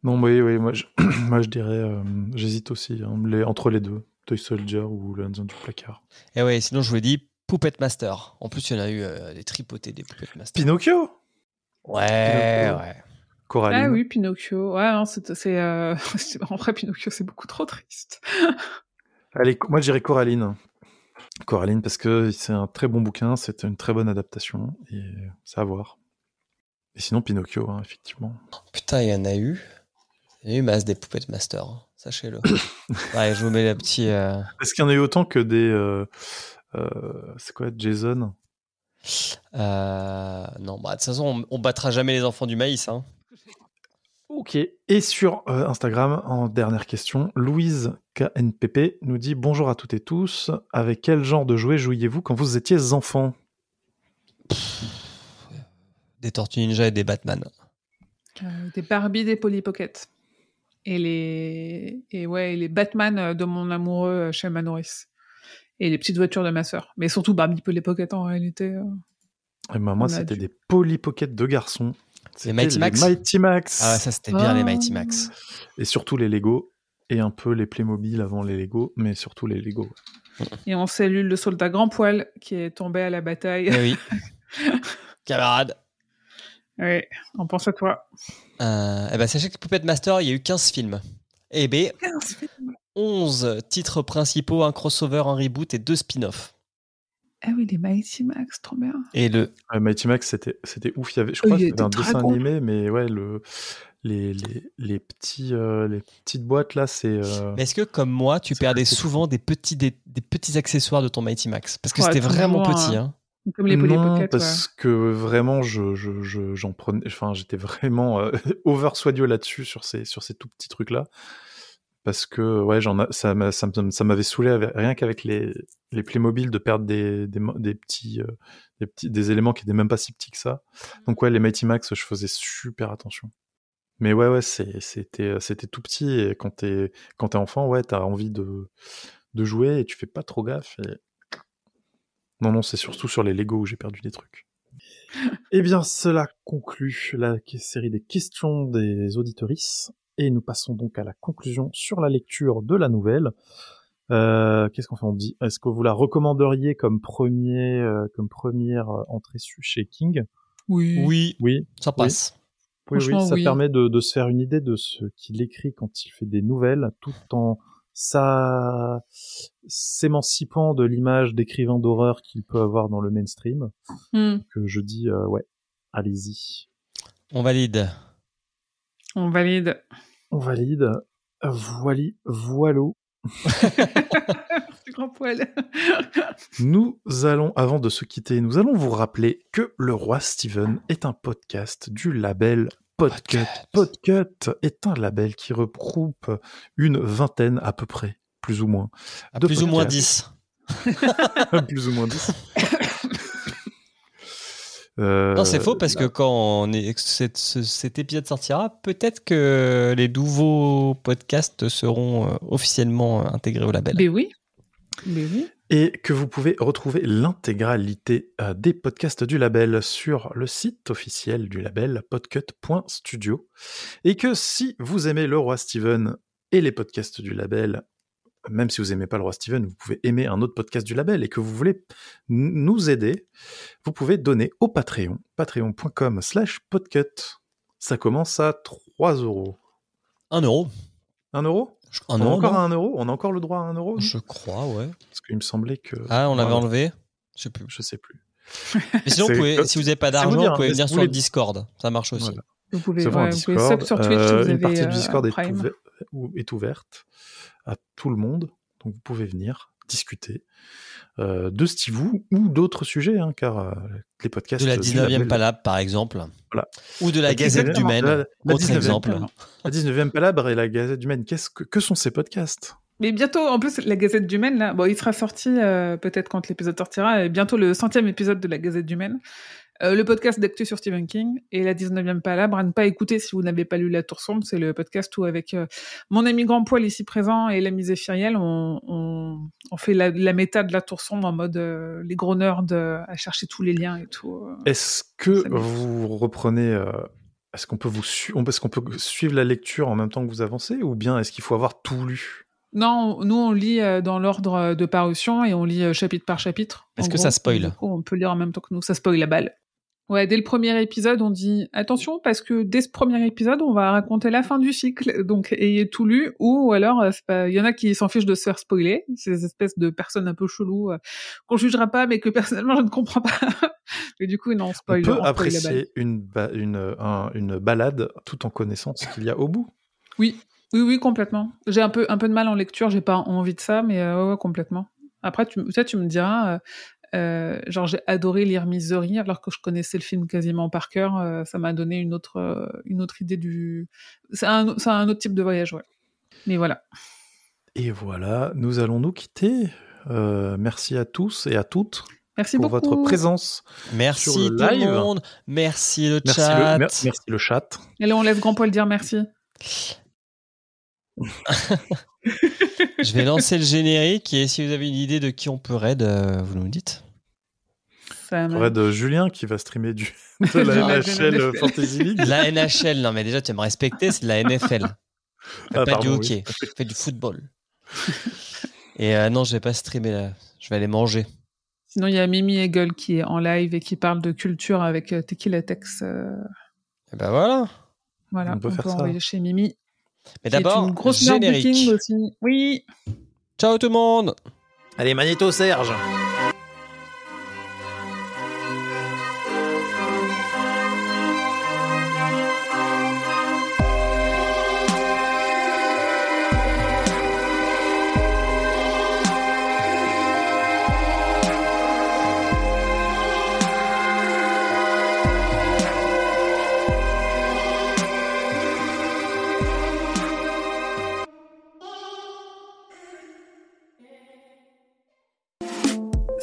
Non, oui, oui, moi je, (clears throat) moi, je dirais, euh, j'hésite aussi hein, les- entre les deux, Toy Soldier ou l'Indien du placard. Et Eh ouais, sinon je vous ai dit Poupette Master. En plus, il y en a eu euh, des tripotés des Poupettes Master. Pinocchio Ouais, Pinocchio. ouais. Coraline. ah oui Pinocchio ouais non, c'est c'est, euh, (laughs) c'est- en vrai Pinocchio c'est beaucoup trop triste Allez, moi je dirais Coraline. Coraline, parce que c'est un très bon bouquin, c'est une très bonne adaptation, et ça à voir. Et sinon, Pinocchio, hein, effectivement. Putain, il y en a eu. Il y en a eu masse des Poupettes Master, hein. sachez-le. ouais, je vous mets la petite. euh, Est-ce qu'il y en a eu autant que des. euh, euh, c'est quoi, Jason euh, Non, bah, de toute façon, on, on battra jamais les enfants du maïs. Hein. Ok. Et sur euh, Instagram, en dernière question, Louise KNPP nous dit Bonjour à toutes et tous. Avec quel genre de jouet jouiez-vous quand vous étiez enfant Des Tortues Ninja et des Batman. Euh, des Barbie, des Polly Pocket. Et les, et ouais, et les Batman euh, de mon amoureux euh, chez ma nourrice. Et les petites voitures de ma sœur. Mais surtout Barbie, Polly Pocket en réalité. euh. (laughs) Eh ben, Moi, On a c'était dû- des Polly Pocket de garçons. C'était Mighty Max Mighty Max. Ah ouais, ça c'était bien les Ah. Mighty Max. et surtout les Lego et un peu les Playmobil avant les Lego, mais surtout les Lego. Et on salue le soldat grand poil qui est tombé à la bataille. Eh oui. Camarade. (laughs) ouais, on pense à toi. Euh, eh ben, sachez que Puppet Master, il y a eu 15 films. Eh ben, Et B, Ah 11 titres principaux, un crossover, un reboot et deux spin-offs. Ah oui, les Mighty Max, trop bien. Et le. Ouais, Euh, Mighty Max, c'était c'était ouf. Il y avait, je Oui, crois qu'il Oh, il y avait un était très dessin bon. animé, mais ouais, le, les, les, les petits, euh, les petites boîtes là, c'est. euh, Mais est-ce que, comme moi, tu C'est perdais classique. souvent des petits, des, des petits accessoires de ton Mighty Max Parce que Ouais, c'était très vraiment loin, petit. Hein. Comme les Polly non, Pocket. parce que vraiment, je, je, je- j'en prenais. Enfin, j'étais vraiment euh, (laughs) over soigneux là-dessus sur ces, sur ces tout petits trucs là, parce que ouais, j'en a- ça, m'a- ça, me- ça m'avait saoulé avec- rien qu'avec les, les Playmobil de perdre des, des, mo- des petits, euh, des petits, des éléments qui étaient même pas si petits que ça. Mmh. Donc ouais, les Mighty Max, je faisais super attention. Mais ouais, ouais, c'est- c'était, euh, c'était tout petit et quand t'es, quand t'es enfant, ouais, t'as envie de, de jouer et tu fais pas trop gaffe. et- Non, non, c'est surtout sur les Lego où j'ai perdu des trucs. (laughs) Eh bien, cela conclut la que- série des questions des auditorices et nous passons donc à la conclusion sur la lecture de la nouvelle. Euh, Qu'est-ce qu'on fait On dit Est-ce que vous la recommanderiez comme premier, euh, comme première euh, entrée su- chez King Oui. hein. Oui, Oui, ça passe. oui, oui, Franchement, ça oui. permet de, de se faire une idée de ce qu'il écrit quand il fait des nouvelles, tout en ça s'émancipant de l'image d'écrivain d'horreur qu'il peut avoir dans le mainstream. Hmm. Que je dis, euh, ouais, allez-y, On valide. On valide. on valide. Voili, voilou. Du grand (laughs) poil. Nous allons, avant de se quitter, nous allons vous rappeler que Le Roi Steven est un podcast du label Podcut. Podcut est un label qui regroupe une vingtaine à peu près, plus ou moins, À Deux plus ou moins podcasts. 10. plus ou moins 10. (coughs) Euh, Non, c'est faux parce que quand on est, cet, ce- cet épisode sortira, peut-être que les nouveaux podcasts seront euh, officiellement euh, intégrés au label. Mais oui. Mais oui. Et que vous pouvez retrouver l'intégralité euh, des podcasts du label sur le site officiel du label podcut.studio. Et que si vous aimez le roi Steven et les podcasts du label, même si vous n'aimez pas le roi Steven, vous pouvez aimer un autre podcast du label et que vous voulez n- nous aider, vous pouvez donner au Patreon, patreon.com slash podcut. Ça commence à 3 euros. Un euro. 1 euro Je- Un On a euro, encore non un euro On a encore le droit à 1 euro Je crois, ouais. Parce qu'il me semblait que... Ah, on l'avait Ouais. enlevé Je sais plus. Je sais plus. Mais sinon, vous C'est- pouvez- si vous n'avez pas C'est vous d'argent, dire, vous pouvez hein, venir si sur vous le voulez- Discord. Ça marche aussi. Voilà. Vous pouvez, Nous avons un ouais, vous pouvez sub sur Twitch si euh, vous une partie avez du euh, Discord un est, Prime. ouver- ou- est ouverte à tout le monde. Donc vous pouvez venir discuter euh, de Stivou ou d'autres sujets, hein, car euh, les podcasts. De la du 19e Label- Palabre, par exemple. Voilà. Ou de la Gazette du Exactement. Maine. La- la Autre 19e. exemple. La 19e Palabre et la Gazette du Maine, qu'est-ce que, que sont ces podcasts Mais bientôt, en plus, la Gazette du Maine, là, bon, il sera sorti euh, peut-être quand l'épisode sortira, et bientôt le centième épisode de la Gazette du Maine, Euh, le podcast d'actu sur Stephen King et la 19e palabre à ne pas écouter si vous n'avez pas lu La Tour Sombre, c'est le podcast où avec euh, mon ami Grand Poil ici présent et l'ami Zéphiriel, on, on, on fait la, la méta de La Tour Sombre en mode euh, les gros nerds euh, à chercher tous les liens et tout. euh. Est-ce que Ça m'étonne. vous reprenez. euh, est-ce qu'on peut vous su- on- est-ce qu'on peut suivre la lecture en même temps que vous avancez ou bien est-ce qu'il faut avoir tout lu Non, on- nous on lit euh, dans l'ordre euh, de parution et on lit euh, chapitre par chapitre. Est-ce en que gros. ça spoil Du coup, on peut lire en même temps que nous. Ça spoil la balle. Ouais, dès le premier épisode, on dit attention parce que dès ce premier épisode, on va raconter la fin du cycle. Donc ayez tout lu ou alors euh, c'est pas- il y en a qui s'en fichent de se faire spoiler. Ces espèces de personnes un peu cheloues euh, qu'on jugera pas, mais que personnellement je ne comprends pas. (laughs) Mais du coup, non, on On spoil. on peut spoil la balle. apprécier une, ba- une, euh, un- une balade tout en connaissant ce qu'il y a au bout. Oui, oui, oui, complètement. J'ai un peu, un peu de mal en lecture, j'ai pas envie de ça, mais euh, ouais, ouais, complètement. Après, tu, peut-être tu me diras, euh, euh, genre j'ai adoré lire Misery alors que je connaissais le film quasiment par cœur. euh, ça m'a donné une autre, euh, une autre idée du. C'est un, c'est un autre type de voyage, ouais. Mais voilà. Et voilà, nous allons nous quitter. Euh, merci à tous et à toutes Merci pour beaucoup. votre présence. Merci Sur le tout le live. monde. Merci le Merci chat. le, mer- merci le chat. Allez, on laisse Grand Poil dire merci. Je vais lancer le générique et si vous avez une idée de qui on peut raid, euh, vous nous dites. Ça m'a- Aurait de Julien qui va streamer du, (laughs) de De la la NHL NFL. Fantasy League. De La NHL, non mais déjà tu vas me respecter, c'est de la NFL. Fais Ah, pas pardon, du hockey, fais du football. Et euh, non, je vais pas streamer là, je vais aller manger. Sinon, il y a Mimi Hegel qui est en live et qui parle de culture avec euh, Tequila Tex. euh, Et ben voilà. voilà, On peut faire ça. envoyer chez Mimi. Mais qui est d'abord, une grosse nerd du générique. King aussi. Oui. Ciao tout le monde Allez, Magneto Serge